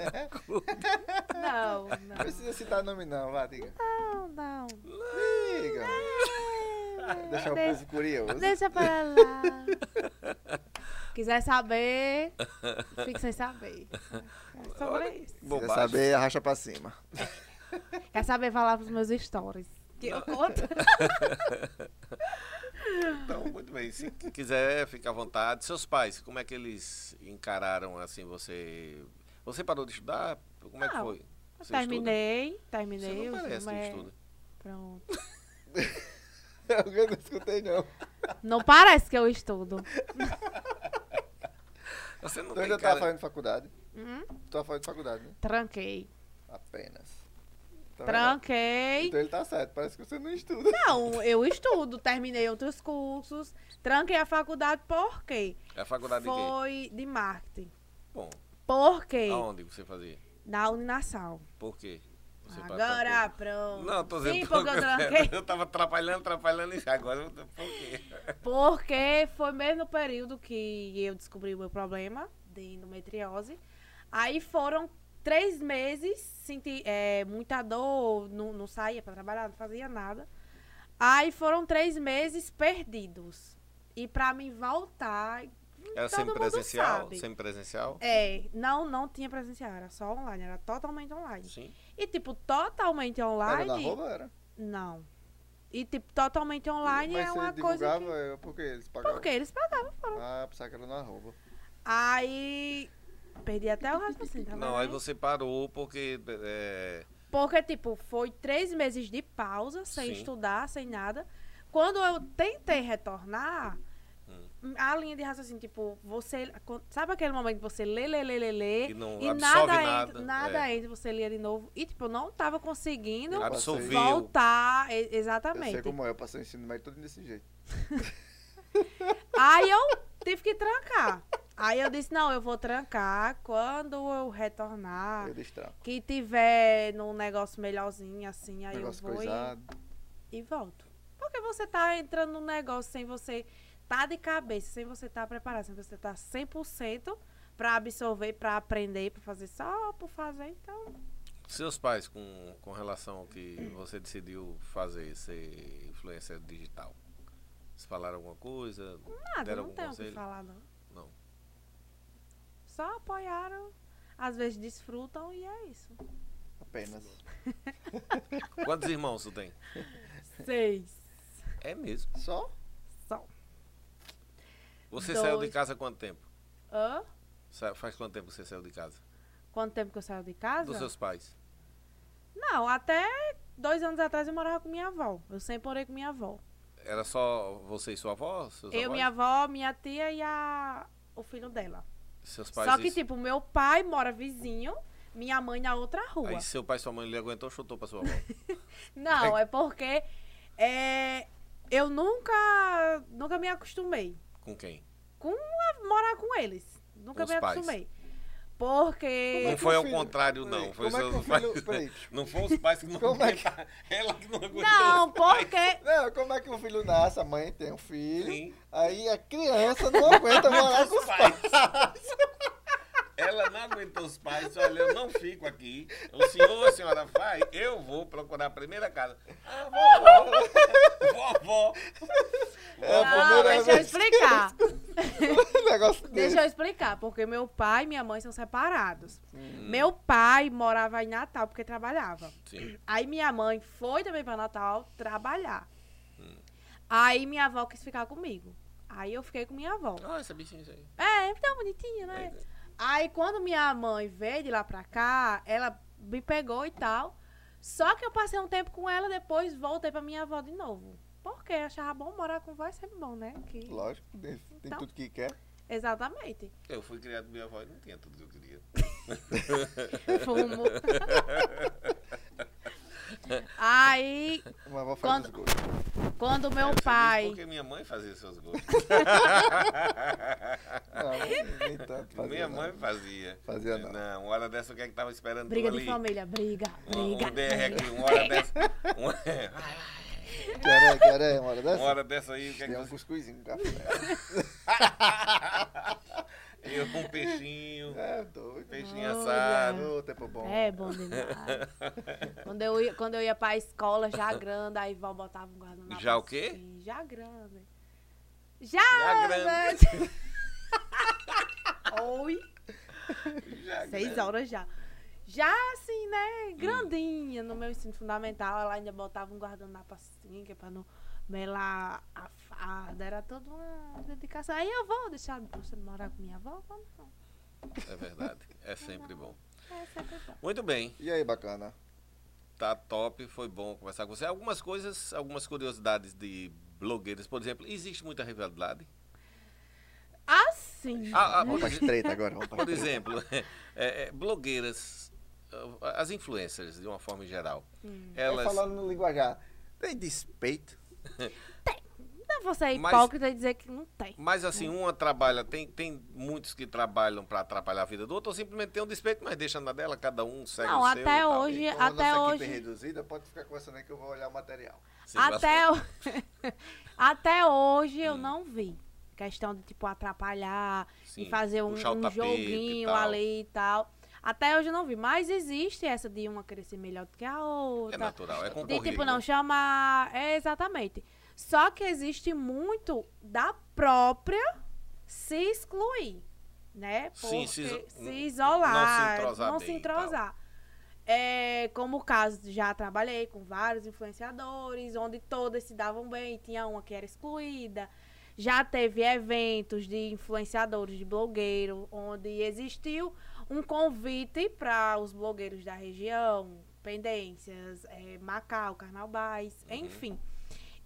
Não,
Não
não.
precisa citar nome não, vá, diga.
Não, não.
Diga. Deixar o
Deixa-
povo curioso.
Deixa para lá. Quiser saber, fique sem saber. É sobre isso.
Quer
Bobagem.
saber, arracha pra cima.
Quer saber falar pros meus stories? Que eu conto.
Então, muito bem. Se quiser, fica à vontade. Seus pais, como é que eles encararam assim você? Você parou de estudar? Como é que
Não,
foi? Você
Ah, terminei,
Estuda?
terminei.
Você não
o
parece que
é-
estuda.
Pronto.
Eu não escutei não.
Não parece que eu estudo.
Você não
Tu
tem
ainda tá
cara...
fazendo faculdade?
Hum?
Tu tá fazendo faculdade, né?
Tranquei.
Apenas. Tá vendo?
Tranquei.
Então ele tá certo, parece que você não estuda.
Não, eu estudo. Terminei outros cursos. Tranquei a faculdade por quê?
É a faculdade de quê?
Foi de marketing.
Bom,
Por quê?
aonde você fazia?
Na Uninassal.
Por quê? Você parou-
Agora pronto.
Não, tô dizendo
Sim,
por
porque
quê.
eu tranquei.
Eu tava atrapalhando, atrapalhando e agora eu tô- por quê?
Porque foi mesmo no período que eu descobri o meu problema de endometriose. Aí foram três meses, senti eh, muita dor, não, não saía para trabalhar, não fazia nada. Aí foram três meses perdidos. E para mim voltar,
Era
Todo
sempre
mundo
presencial?
sabe.
Sempre presencial?
é, não, não tinha presencial, era só online, era totalmente online.
Sim.
E tipo, totalmente
Era
online,
na roupa, era?
não. E tipo, totalmente online
Mas
é
você
uma coisa
divulgava,
que...
é, por que eles pagavam?
Porque eles pagavam
Ah, pensava que era na roupa.
Aí. Perdi até o raciocínio, tá
Não,
vendo?
aí você parou porque... é,
Porque, tipo, foi três meses de pausa, sem
Sim.
estudar, sem nada. Quando eu tentei retornar,
Hum.
a linha de raciocínio, tipo, você. quando- Sabe aquele momento que você lê, lê, lê, lê, lê.
E não absorve
nada,
nada,
entra, nada
é. Então,
entra, você lia de novo. E, tipo, eu não tava conseguindo
Nada
Absorveu.
voltar. e-
Eu sei
Exatamente.
como é, eu passei o ensino médio todo desse jeito.
Aí eu tive que trancar. Aí eu disse, não, eu vou trancar quando eu retornar.
Eu destranco.
Que tiver num negócio melhorzinho, assim, aí
Negócio
eu vou e-
coisado.
e volto. Porque você tá entrando num negócio sem você tá de cabeça, sem você tá preparado, sem você tá 100% pra absorver, pra aprender, pra fazer só por fazer, então...
Seus pais, com, com relação ao que você decidiu fazer, ser influencer digital, eles falaram alguma coisa?
Nada,
Deram
não
algum
tenho o que
conselho?
falar, não.
Não.
Só apoiaram, às vezes desfrutam e é isso.
Apenas.
Quantos irmãos tu tem?
Seis.
É mesmo.
Só?
São.
Você
Dois.
saiu de casa há quanto tempo?
Hã?
Sa- Faz quanto tempo que você saiu de casa?
Quanto tempo que eu saio de casa?
Dos seus pais.
Não, até dois anos atrás eu morava com minha avó. Eu sempre morei com minha avó.
Era só você e sua avó? Seus
eu,
avós?
minha avó, minha tia e a... o filho dela.
Seus pais.
Só que,
isso-
tipo, meu pai mora vizinho, minha mãe na outra rua.
Aí seu pai e sua mãe lhe aguentou, chutou pra sua avó.
Não, é porque é, eu nunca, nunca me acostumei
Com quem?
com a- morar com eles. Nunca
Os
me
pais. é
acostumei. Porque.
Não
que
foi
o
ao
filho-
contrário, não.
Peraí,
Foi
como é
seus
que o
pais.
filho- peraí.
Não foi os pais que não
Como é que-
aguentaram. Ela que não aguentou.
Não, porque.
Não, como é que um filho nasce? A mãe tem um filho.
Sim.
Aí a criança não aguenta morar com os pais.
Ela não aguentou os pais, só olha, eu não fico aqui. O senhor, a senhora vai, eu vou procurar a primeira casa. Ah, vovó, vovó.
É a
Não,
primeira
deixa eu
vez.
explicar.
negócio desse.
Deixa eu explicar, porque meu pai e minha mãe são separados. Meu pai morava em Natal porque trabalhava.
Sim.
Aí minha mãe foi também pra Natal trabalhar.
Hum.
Aí minha avó quis ficar comigo. Aí eu fiquei com minha avó.
Ah, essa bichinha isso aí.
É, tão bonitinha, né? Aí quando minha mãe veio de lá pra cá, ela me pegou e tal. Só que eu passei um tempo com ela, depois voltei pra minha avó de novo. Porque achava bom morar com vó, é sempre bom, né? Que-
Lógico, tem, tem
Então.
tudo que quer.
Exatamente.
Eu fui criado com minha avó e não tinha tudo que eu queria.
Fumo. Aí,
Mas vou fazer
Quando-
os gols.
quando
Ela
meu
disse
pai.
É, Porque minha mãe fazia seus gostos.
Não, nem tanto. fazer,
minha
não.
mãe fazia.
Fazia não.
Não, hora dessa o que é que tava esperando
Briga
tu
de
ali?
família, briga,
Um, um
briga.
DR
briga.
aqui, uma hora dessa. um-
Quer é, quer é, uma hora dessa?
Uma hora dessa aí, o que é que
Tem um
você...
cuscuzinho, um café.
Eu um peixinho,
É, doido.
peixinho
Olha.
assado.
Ô, tempo bom.
É bom demais. quando, eu ia, quando eu ia pra escola, já grande, aí vó botava um guardanapo.
Já o quê?
assim, já grande. Já,
Já grande.
grande. Oi,
Já
seis
grande.
horas já. Já assim, né? Grandinha no meu ensino fundamental. Ela ainda botava um guardanapo assim, que é pra não melar a farda. Era toda uma dedicação. Aí eu vou deixar você morar com minha avó? Vamos não.
É verdade, é sempre bom.
É sempre bom.
Muito bem,
E aí, bacana?
tá top, foi bom conversar com você. Algumas coisas, algumas curiosidades de blogueiras, por exemplo, existe muita rivalidade.
Assim.
Ah, ah,
Vamos
por,
pra estreita agora. Vamos pra
por
estreita.
exemplo, é, é, blogueiras, ah, as influencers, de uma forma geral,
Hum.
Vai
elas...
É, falando no linguajar. Tem despeito.
Não vou ser
Mas-
hipócrita e dizer que não tem.
Mas assim, uma trabalha, tem, tem muitos que trabalham para atrapalhar a vida do outro, ou simplesmente tem um despeito, mas deixa na dela, cada um segue
Não,
o seu. e
até
tal.
hoje,
Como a
até
nossa equipe
hoje,
é reduzida, pode ficar conversando aí que eu vou olhar o material.
Sim,
até, o- até hoje
Hum.
eu não vi questão de, tipo, atrapalhar
Sim,
e fazer um,
puxar o
um
tapete e
joguinho
tal. É
ali e tal. Até hoje eu não vi, mas existe essa de uma crescer melhor do que a
É
outra.
natural, é
de,
concorrido.
tipo, não chamar... É, exatamente. Só que existe muito da própria se excluir, né?
Sim, se
Porque
iso-
se
não-
isolar,
não se entrosar
não
bem
se
e tal.
entrosar. É, como o caso, já trabalhei com vários influenciadores, onde todas se davam bem, tinha uma que era excluída. Já teve eventos de influenciadores, de blogueiro, onde existiu um convite para os blogueiros da região, Pendências, eh, Macau, Carnaubais,
Uhum.
enfim.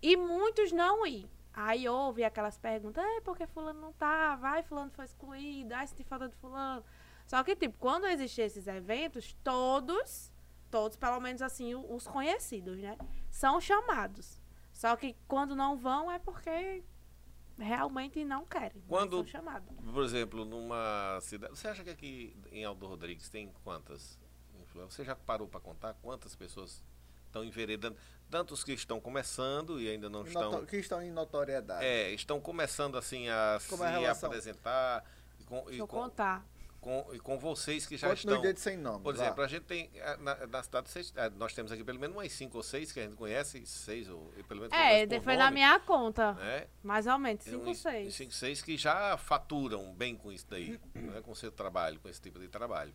E muitos não iam. Aí houve aquelas perguntas, é porque fulano não tá, vai, fulano foi excluído, ai, senti falta de fulano. Só que, tipo, quando existem esses eventos, todos, todos, pelo menos assim, o- os conhecidos, né? São chamados. Só que quando não vão é porque realmente não querem. não
Quando-
são chamados.
Por exemplo, numa cidade. Você acha que aqui em Aldo Rodrigues tem quantas? influ- Você já parou para contar quantas pessoas estão enveredando? Tantos que estão começando e ainda não estão.
Noto- que estão em notoriedade.
É, estão começando assim a
Como é a
se
relação?
apresentar e com, e
Deixa eu
com-
contar.
com- e com vocês que já
Continue
estão.
dentro sem nome.
Por
vá.
exemplo, a gente tem. ah, Na, na cidade, vocês- ah, nós temos aqui pelo menos umas cinco ou seis que a gente conhece, seis ou e pelo menos
É,
conhece por
foi
nome,
na minha conta.
Né?
Mais ou menos,
Tem
5,
uns- uns
6.
cinco, seis que já faturam bem com isso daí,
Uhum.
né? com seu trabalho, com esse tipo de trabalho.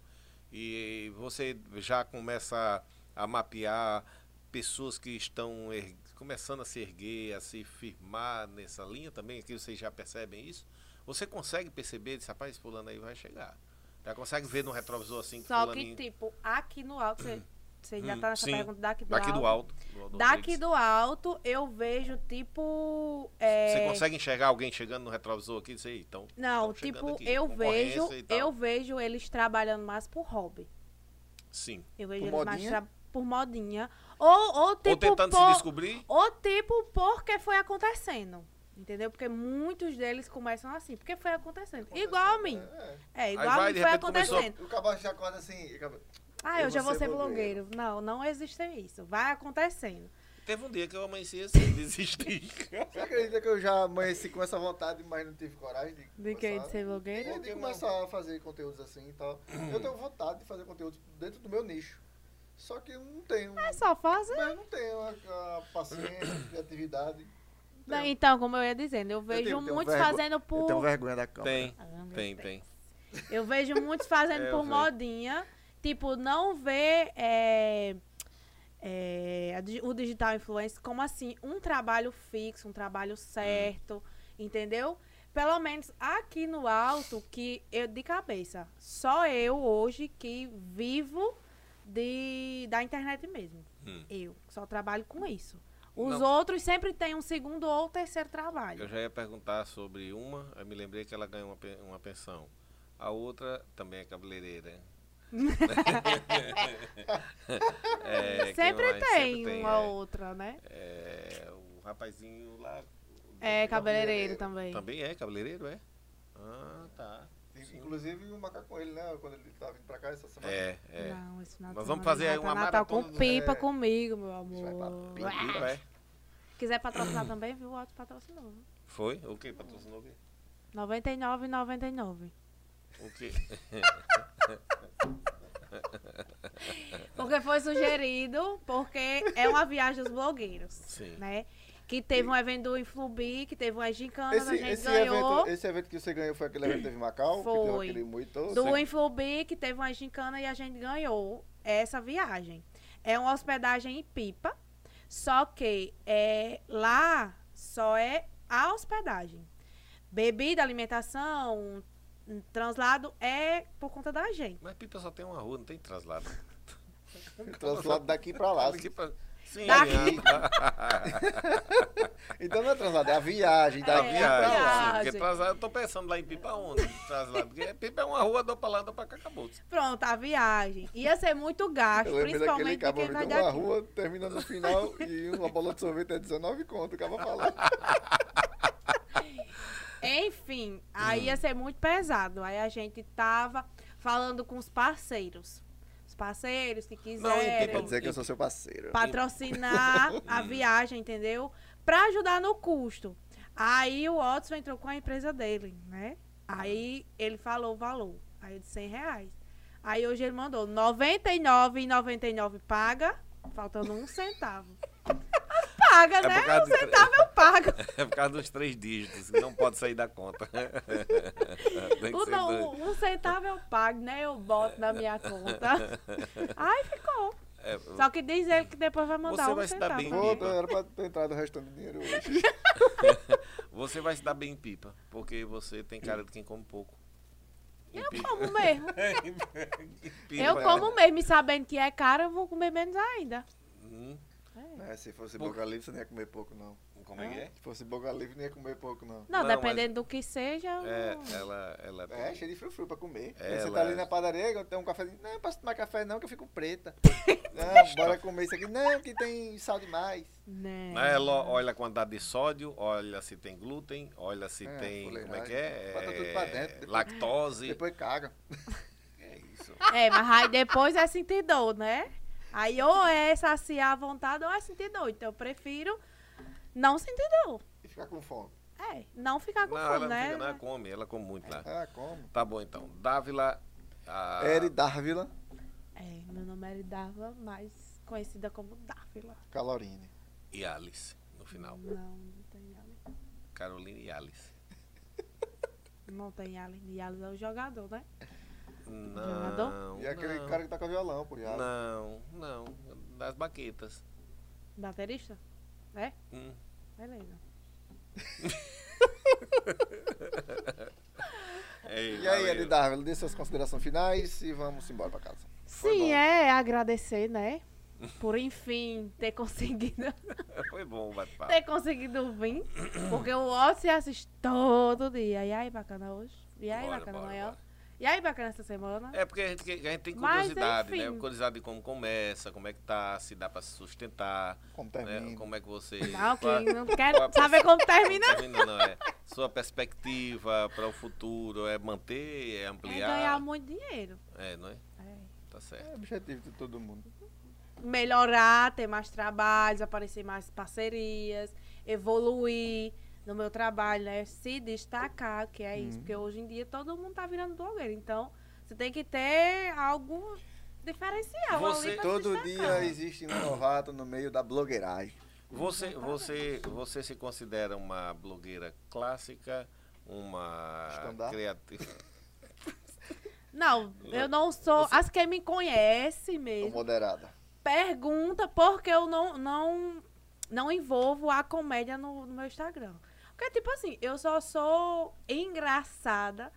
E você já começa a, a mapear pessoas que estão er- começando a se erguer, a se firmar nessa linha também, aqui vocês já percebem isso? Você consegue perceber, diz, rapaz, fulano aí vai chegar. Já consegue ver no retrovisor assim que
Só que,
fulaninho-
tipo, aqui no alto, você, você já
Hum,
tá nessa
sim.
pergunta daqui do
daqui
alto.
do alto. do Aldo
um Daqui
Rodrigues.
do alto, eu vejo, tipo. é,
Você consegue enxergar alguém chegando no retrovisor aqui? Diz, "Ei, então,
Não,
tão chegando
tipo,
aqui,
eu
concorrência
vejo,
e tal."
eu vejo eles trabalhando mais por hobby.
Sim.
Eu vejo
Por
eles mais
modinha?
tra- por modinha. Ou, ou tipo.
Ou tentando
por-
se descobrir.
ou tipo, porque foi acontecendo. Entendeu? Porque muitos deles começam assim, porque foi acontecendo. Igual a mim.
É.
É, igual
vai,
a
de
mim foi
repente, começou a-
acontecendo.
O caboclo já acorda assim. e acaba-
Ah, eu,
Eu
já
vou
vou
ser
ser blogueiro. Não, não existe isso. Vai acontecendo.
Teve um dia que eu amanheci sem desistir.
Você acredita que eu já amanheci com essa vontade, mas não tive coragem de.
De quem? De
começar?
ser blogueiro?
Eu de começar a fazer conteúdos assim e tal. Eu tenho vontade de fazer conteúdos dentro do meu nicho. Só que eu não tenho.
É só fazer.
Mas eu não tenho a, a paciência, a criatividade.
Não, Então, como eu ia dizendo, eu
tenho-
vejo
tenho
muitos
vergo-
fazendo por.
vergonha da câmera.
Tem,
Ah, meu
tem,
Deus.
tem.
Eu vejo muitos fazendo
É, eu
por
vejo.
modinha. Tipo, não vê é, é, a di- o digital influencer como assim, um trabalho fixo, um trabalho certo, entendeu? Pelo menos aqui no alto, que eu de cabeça, só eu hoje que vivo de, da internet mesmo.
Hum.
Eu só trabalho com isso. Os
Não.
outros sempre têm um segundo ou terceiro trabalho.
Eu já ia perguntar sobre uma, eu me lembrei que ela ganhou uma, pe- uma pensão. A outra também é cabeleireira. É, quem
sempre,
mais?
tem uma
é.
outra, né?
É, o rapazinho lá. o-
É,
do-
cabeleireiro também.
Também é cabeleireiro, é? Ah, tá.
Inclusive o macaco com ele, né? Quando ele tava vindo pra cá essa semana.
É, é.
Não, esse Natal.
Nós vamos fazer
Natal,
uma
Natal com
maratona do-
pipa
é.
comigo, meu
vai pra
amor.
pipa.
Pipa, é.
Se quiser patrocinar também, viu? O Alto patrocinou. viu?
Foi? O que? Patrocinou o quê?
99,99.
O quê?
Porque foi sugerido, porque é uma viagem dos blogueiros,
Sim.
né? Que teve um evento do Influbi, que teve uma gincana, Ah, a
Esse,
gente
esse
ganhou.
evento, esse evento que você ganhou foi aquele evento que teve em Macau? Que deu
Foi.
aquele moído todo?
Do Infobi, que teve uma gincana e a gente ganhou essa viagem. É uma hospedagem em Pipa, só que é, lá só é a hospedagem. Bebida, alimentação, um translado é por conta da gente.
Mas Pipa só tem uma rua, não tem traslado.
Eu Translado daqui pra lá.
Daqui pra- Sim,
Daqui.
Então não é translado, é a viagem
É,
daqui
a
pra lá.
Tá viagem.
viagem.
Porque traslado, eu tô pensando lá em Pipa onde? Traslado. Porque Pipa é uma rua, dou pra lá, dou pra cá, acabou.
Pronto, a viagem. Ia ser muito gasto,
Eu lembrei daquele
principalmente de
cabo
quem vai
vindo uma
daqui.
rua, termina no final e uma bola de sorvete é 19 conto, o cabo fala.
Enfim, aí ia ser muito pesado. Aí a gente tava falando com os parceiros. Os parceiros que quiserem.
Quer dizer que eu sou seu parceiro.
patrocinar a
Hum.
viagem, entendeu? Pra ajudar no custo. Aí o Watson entrou com a empresa dele, né? Aí ele falou o valor, aí de 100 reais. Aí hoje ele mandou 99,99 paga, faltando um centavo. Mas Paga,
É por
né?
causa
Um
de-
centavo eu pago.
É por causa dos três dígitos, que não pode sair da conta. Tem que
O,
ser
não,
dois.
um centavo eu pago, né? Eu boto na minha conta. Aí ficou.
É,
Só que diz ele que depois vai mandar
Você
um
vai se dar
centavo.
bem,
né?
Vou, então era pra ter entrado o restante do dinheiro hoje.
você vai se dar bem em Pipa, porque você tem cara de quem come pouco. Em
Eu
Pipa-
como mesmo.
em Pipa-
é Eu como mesmo, e sabendo que é caro, eu vou comer menos ainda.
Hum.
É.
É, se fosse
Boca-
boca livre, você não ia comer pouco, não.
Como é que é?
Se fosse boca livre, não ia comer pouco, não.
Não,
Não,
dependendo do que seja.
É,
não-
ela. ela
É, cheio de frufru pra comer.
É,
você
ela-
tá ali na padaria, tem um cafezinho. Não, posso tomar café não, que eu fico preta. não, bora comer isso aqui. Não, que tem sal demais. É.
Né?
Né, Ela olha a quantidade de sódio, olha se tem glúten, olha se
É,
tem. Como é que
fuleiragem.
é?
Bota tudo pra dentro, depois-
Lactose.
Depois caga.
É isso.
É, mas aí depois é sentir dor, né? Aí ou é saciar à vontade ou é sentir dor. Então eu prefiro não sentir dor.
E ficar com fome.
É, não ficar com
Não,
fome,
ela não
né?
fica, não, é ela come, ela come muito lá.
Ah, como?
Tá bom então. Dávila. A...
Eri Darvila
É, meu nome era Dava, mas conhecida como Dávila.
Calorine.
E Alice, no final.
Não, não tem Allen.
Carolina e Alice.
Não tem Allen. E Allen é o jogador, né?
Não.
Jogador?
E aquele
não,
cara que tá com violão, por Yara.
Não, não. Das baquetas.
Baterista? É?
Hum.
Beleza.
Ei,
E aí,
valeu.
Eri Darvila, dê suas considerações finais e vamos embora pra casa.
Sim,
bom.
é agradecer, né? Por enfim ter conseguido
Foi bom o bate-papo.
ter conseguido vir. Porque o Ossi assiste todo dia. E aí, bacana hoje? E aí,
Bora,
bacana
bora,
amanhã?
bora.
E aí, bacana essa semana?
É porque a gente, que- a gente tem
Mas,
curiosidade, né?
enfim.
Curiosidade de como começa, como é que tá, se dá pra se sustentar,
Como
né?
termina.
Como é que você.
Não,
qual-
que não quero
qual a
saber como termina.
Termina, não, é. Sua perspectiva para o futuro é manter, é
É ganhar
ampliar.
muito dinheiro.
É, não é?
É.
Tá certo.
É o objetivo de todo mundo.
Melhorar, ter mais trabalhos, aparecer mais parcerias, evoluir no meu trabalho, né? Se destacar, que é isso. Porque hoje em dia todo mundo tá virando blogueiro. Então, você tem que ter algo diferencial.
Você-
ali pra se
Todo
destacar.
dia existe um novato no meio da blogueiragem.
É,
Você, você, você se considera uma blogueira clássica, uma
Stand-up?
criativa.
Não, eu não sou. As que me conhecem
Ou
mesmo,
moderada.
pergunta por que eu não, não, não envolvo a comédia no, no meu Instagram. Porque, tipo assim, eu só sou engraçada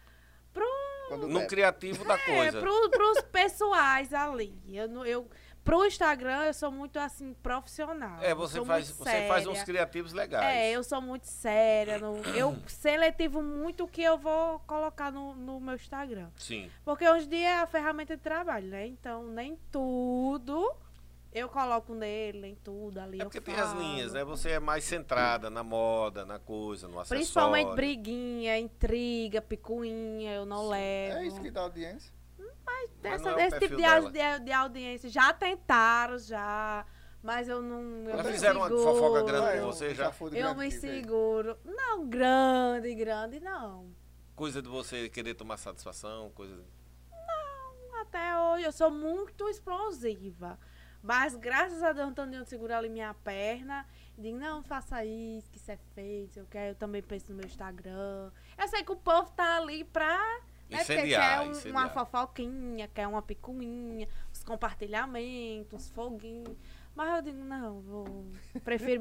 pro,
Quando
No
der.
criativo da
é,
coisa.
pro, pros pessoais ali. Eu, não- eu, pro Instagram, eu sou muito, assim, profissional.
É,
Eu
você
sou
faz,
muito
você faz uns
séria.
criativos legais.
É, eu sou muito séria. não- eu seletivo muito o que eu vou colocar no, no meu Instagram.
Sim.
Porque hoje em dia é a ferramenta de trabalho, né? Então, nem tudo eu coloco nele, nem tudo ali.
É
eu
porque tem as
falo.
linhas, né? Você é mais centrada na moda, na coisa, no acessório.
Principalmente briguinha, intriga, picuinha, eu não levo.
É isso que dá audiência.
Mas
Essa-
não é o
esse tipo de,
perfil
au- de, de audiência. Já tentaram, já. Mas eu não. Eu
Mas
me
fizeram uma
seguro.
fofoca grande
Ah,
com
eu
você
já
já.
fui do
Eu
grande
me
que veio.
seguro. Não, grande, grande, não.
Coisa de você querer tomar satisfação, coisa.
É Até hoje eu sou muito explosiva. Mas graças a Deus, um Antônio segura ali minha perna. e Digo, não, faça isso, que isso é feito. Eu, quero, eu também penso no meu Instagram. Eu sei que o povo tá ali pra. né, porque
Incendiar,
quer um- uma
incendiar.
fofoquinha, quer uma picuinha, uns compartilhamentos, uns foguinhos. Mas eu digo, não, vou. Prefiro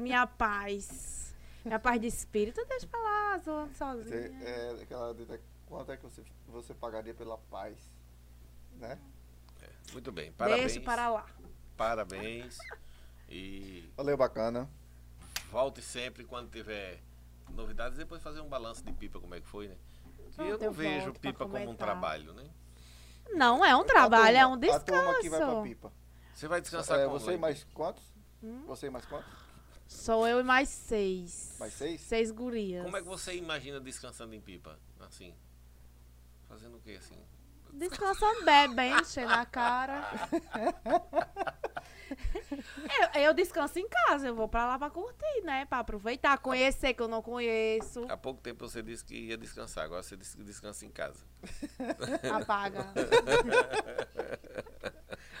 minha paz. Minha paz de espírito, deixa pra lá, zoando
Você,
sozinha.
é, aquela dita, quanto é que você, você pagaria pela paz? Né?
Muito bem. Parabéns.
Deixa para lá.
Parabéns. E
Valeu, bacana.
volte sempre quando tiver novidades. Depois fazer um balanço de pipa, como é que foi, né? Que eu
Pronto,
não
eu
vejo
volto pra
pipa como um
comentar.
trabalho, né?
Não é um trabalho,
A
é
turma-
um descanso.
A turma aqui vai pra pipa.
Você vai descansar
É,
com
você e mais quantos?
Hum?
Você e mais quantos?
Sou eu e mais seis.
Mais seis?
Seis gurias.
Como é que você imagina descansando em pipa? Assim. Fazendo o quê assim?
Descansando bebem, enche na cara. eu, eu descanso em casa, eu vou pra lá pra curtir, né? Pra aproveitar, conhecer que eu não conheço.
Há pouco tempo você disse que ia descansar, agora você disse que descansa em casa.
Apaga.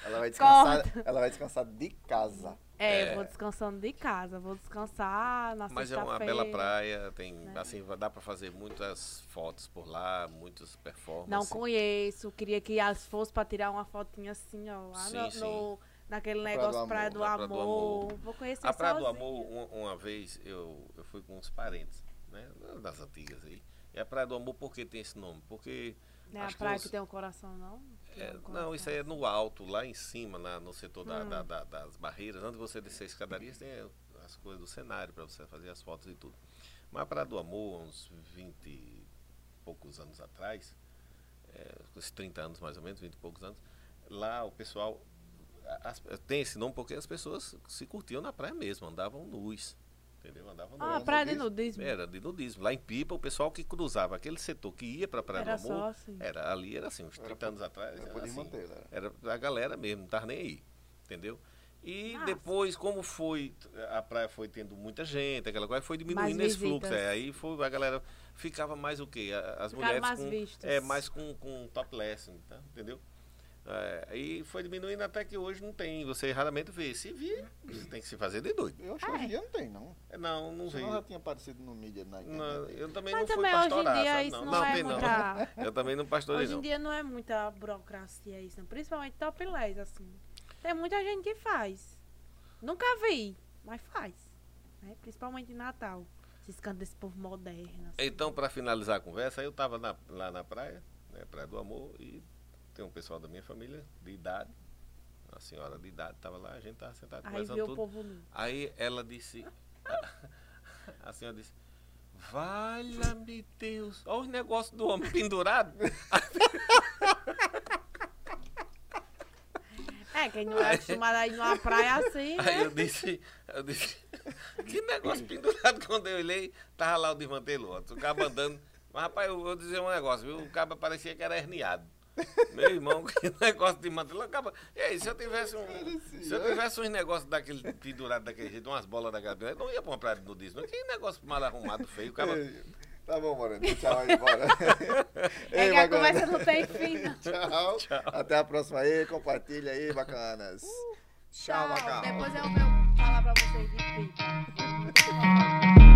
Ela vai descansar, ela vai descansar de casa.
É,
É.
eu vou descansando de casa, vou descansar na
Mas é
sexta-feira. É.
uma bela praia, tem assim, dá pra fazer muitas fotos por lá, muitos performances.
Não conheço, queria que as fosse pra tirar uma fotinha assim, ó, lá
Sim,
no,
sim.
no- naquele
Praia do
negócio
Amor,
Praia do,
na
amor,
né? Praia do Amor.
Vou conhecer
A Praia Ah, do
sozinha.
Amor, uma, uma vez eu, eu fui com uns parentes, né? Das antigas aí. E a Praia do Amor, por que tem esse nome? Porque
Não é a
acho que
praia
os-
que Hum. tem um coração, não?
É,
logo
não,
lá
isso aí
atrás.
é no alto, lá em cima, na- no setor da- da- da- das barreiras. Antes de você descer a escadaria, você tem as coisas do cenário para você fazer as fotos e tudo. Mas a Praia do Amor, uns 20 e poucos anos atrás, é, uns 30 anos mais ou menos, 20 e poucos anos, lá o pessoal a- as- tem esse nome porque as pessoas se curtiam na praia mesmo, andavam nus. Entendeu? Andavam nus.
Ah, praia de nudismo.
Era de nudismo. Lá em Pipa, o pessoal que cruzava aquele setor que ia para Praia
Era
do Amor,
só assim.
era, ali era assim, uns 30 anos atrás.
Era
Era,
pra
assim,
desmanter, era.
era a galera mesmo, não tava nem aí, entendeu? E
Massa.
depois, como foi, a praia foi tendo muita gente, aquela coisa, foi diminuindo
Mais
esse fluxo.
visitas.
é, aí foi, a galera ficava mais o quê? A- As
Ficaram
mulheres
mais
com,
vistas.
É, mais com, com topless, tá? entendeu? É, e foi diminuindo até que hoje não tem, você raramente vê. Se vir, você tem que se fazer de doido.
Eu acho que hoje em dia não tem, não.
É, Não, não
Senão
vejo.
já tinha aparecido no né? mídia na
Não,
internet.
eu também
Mas
não fui
também hoje em
pastorar,
dia
sabe?
isso
não,
não
não,
é
tem não.
muita-
Eu também não pastorei,
Hoje
não.
em dia não é muita burocracia isso, não. principalmente topless, assim. Tem muita gente que faz. Nunca vi, mas faz. Né? Principalmente em Natal. Esses cantos desse povo moderno. assim.
Então, para finalizar a conversa, eu estava lá na praia, né, Praia do Amor, e tem um pessoal da minha família, de idade, uma senhora de idade, estava lá, a gente estava sentado
Aí
conversando
vê o
Tá tudo.
povo nu.
Aí ela disse, a, senhora disse, valha-me Deus, olha os negócios do homem pendurado.
É, quem não é acostumado a ir numa praia assim,
Aí
né?
eu disse, eu disse, que negócio pendurado quando eu olhei, tava lá o desmantelo, ó, o cabo andando. Mas rapaz, eu vou dizer um negócio, viu? O cabo parecia que era herniado. Meu irmão, que negócio de mantelo. Acaba... Ei, se eu tivesse um. Se eu tivesse uns negócios daquele pendurado daquele jeito, umas bolas da cabeça, eu não ia pra uma praia de nudismo. Que negócio mal arrumado, feio. O cabo...
Ei, Tá bom, Moreno. Tchau aí, bora.
É
Ei,
que a
bacana.
conversa não tem fim, não.
Tchau. Até a próxima aí. Compartilha aí, bacanas. Tchau,
Uh. Tchau. é um
bacana.
Depois eu vou falar pra vocês de pipa.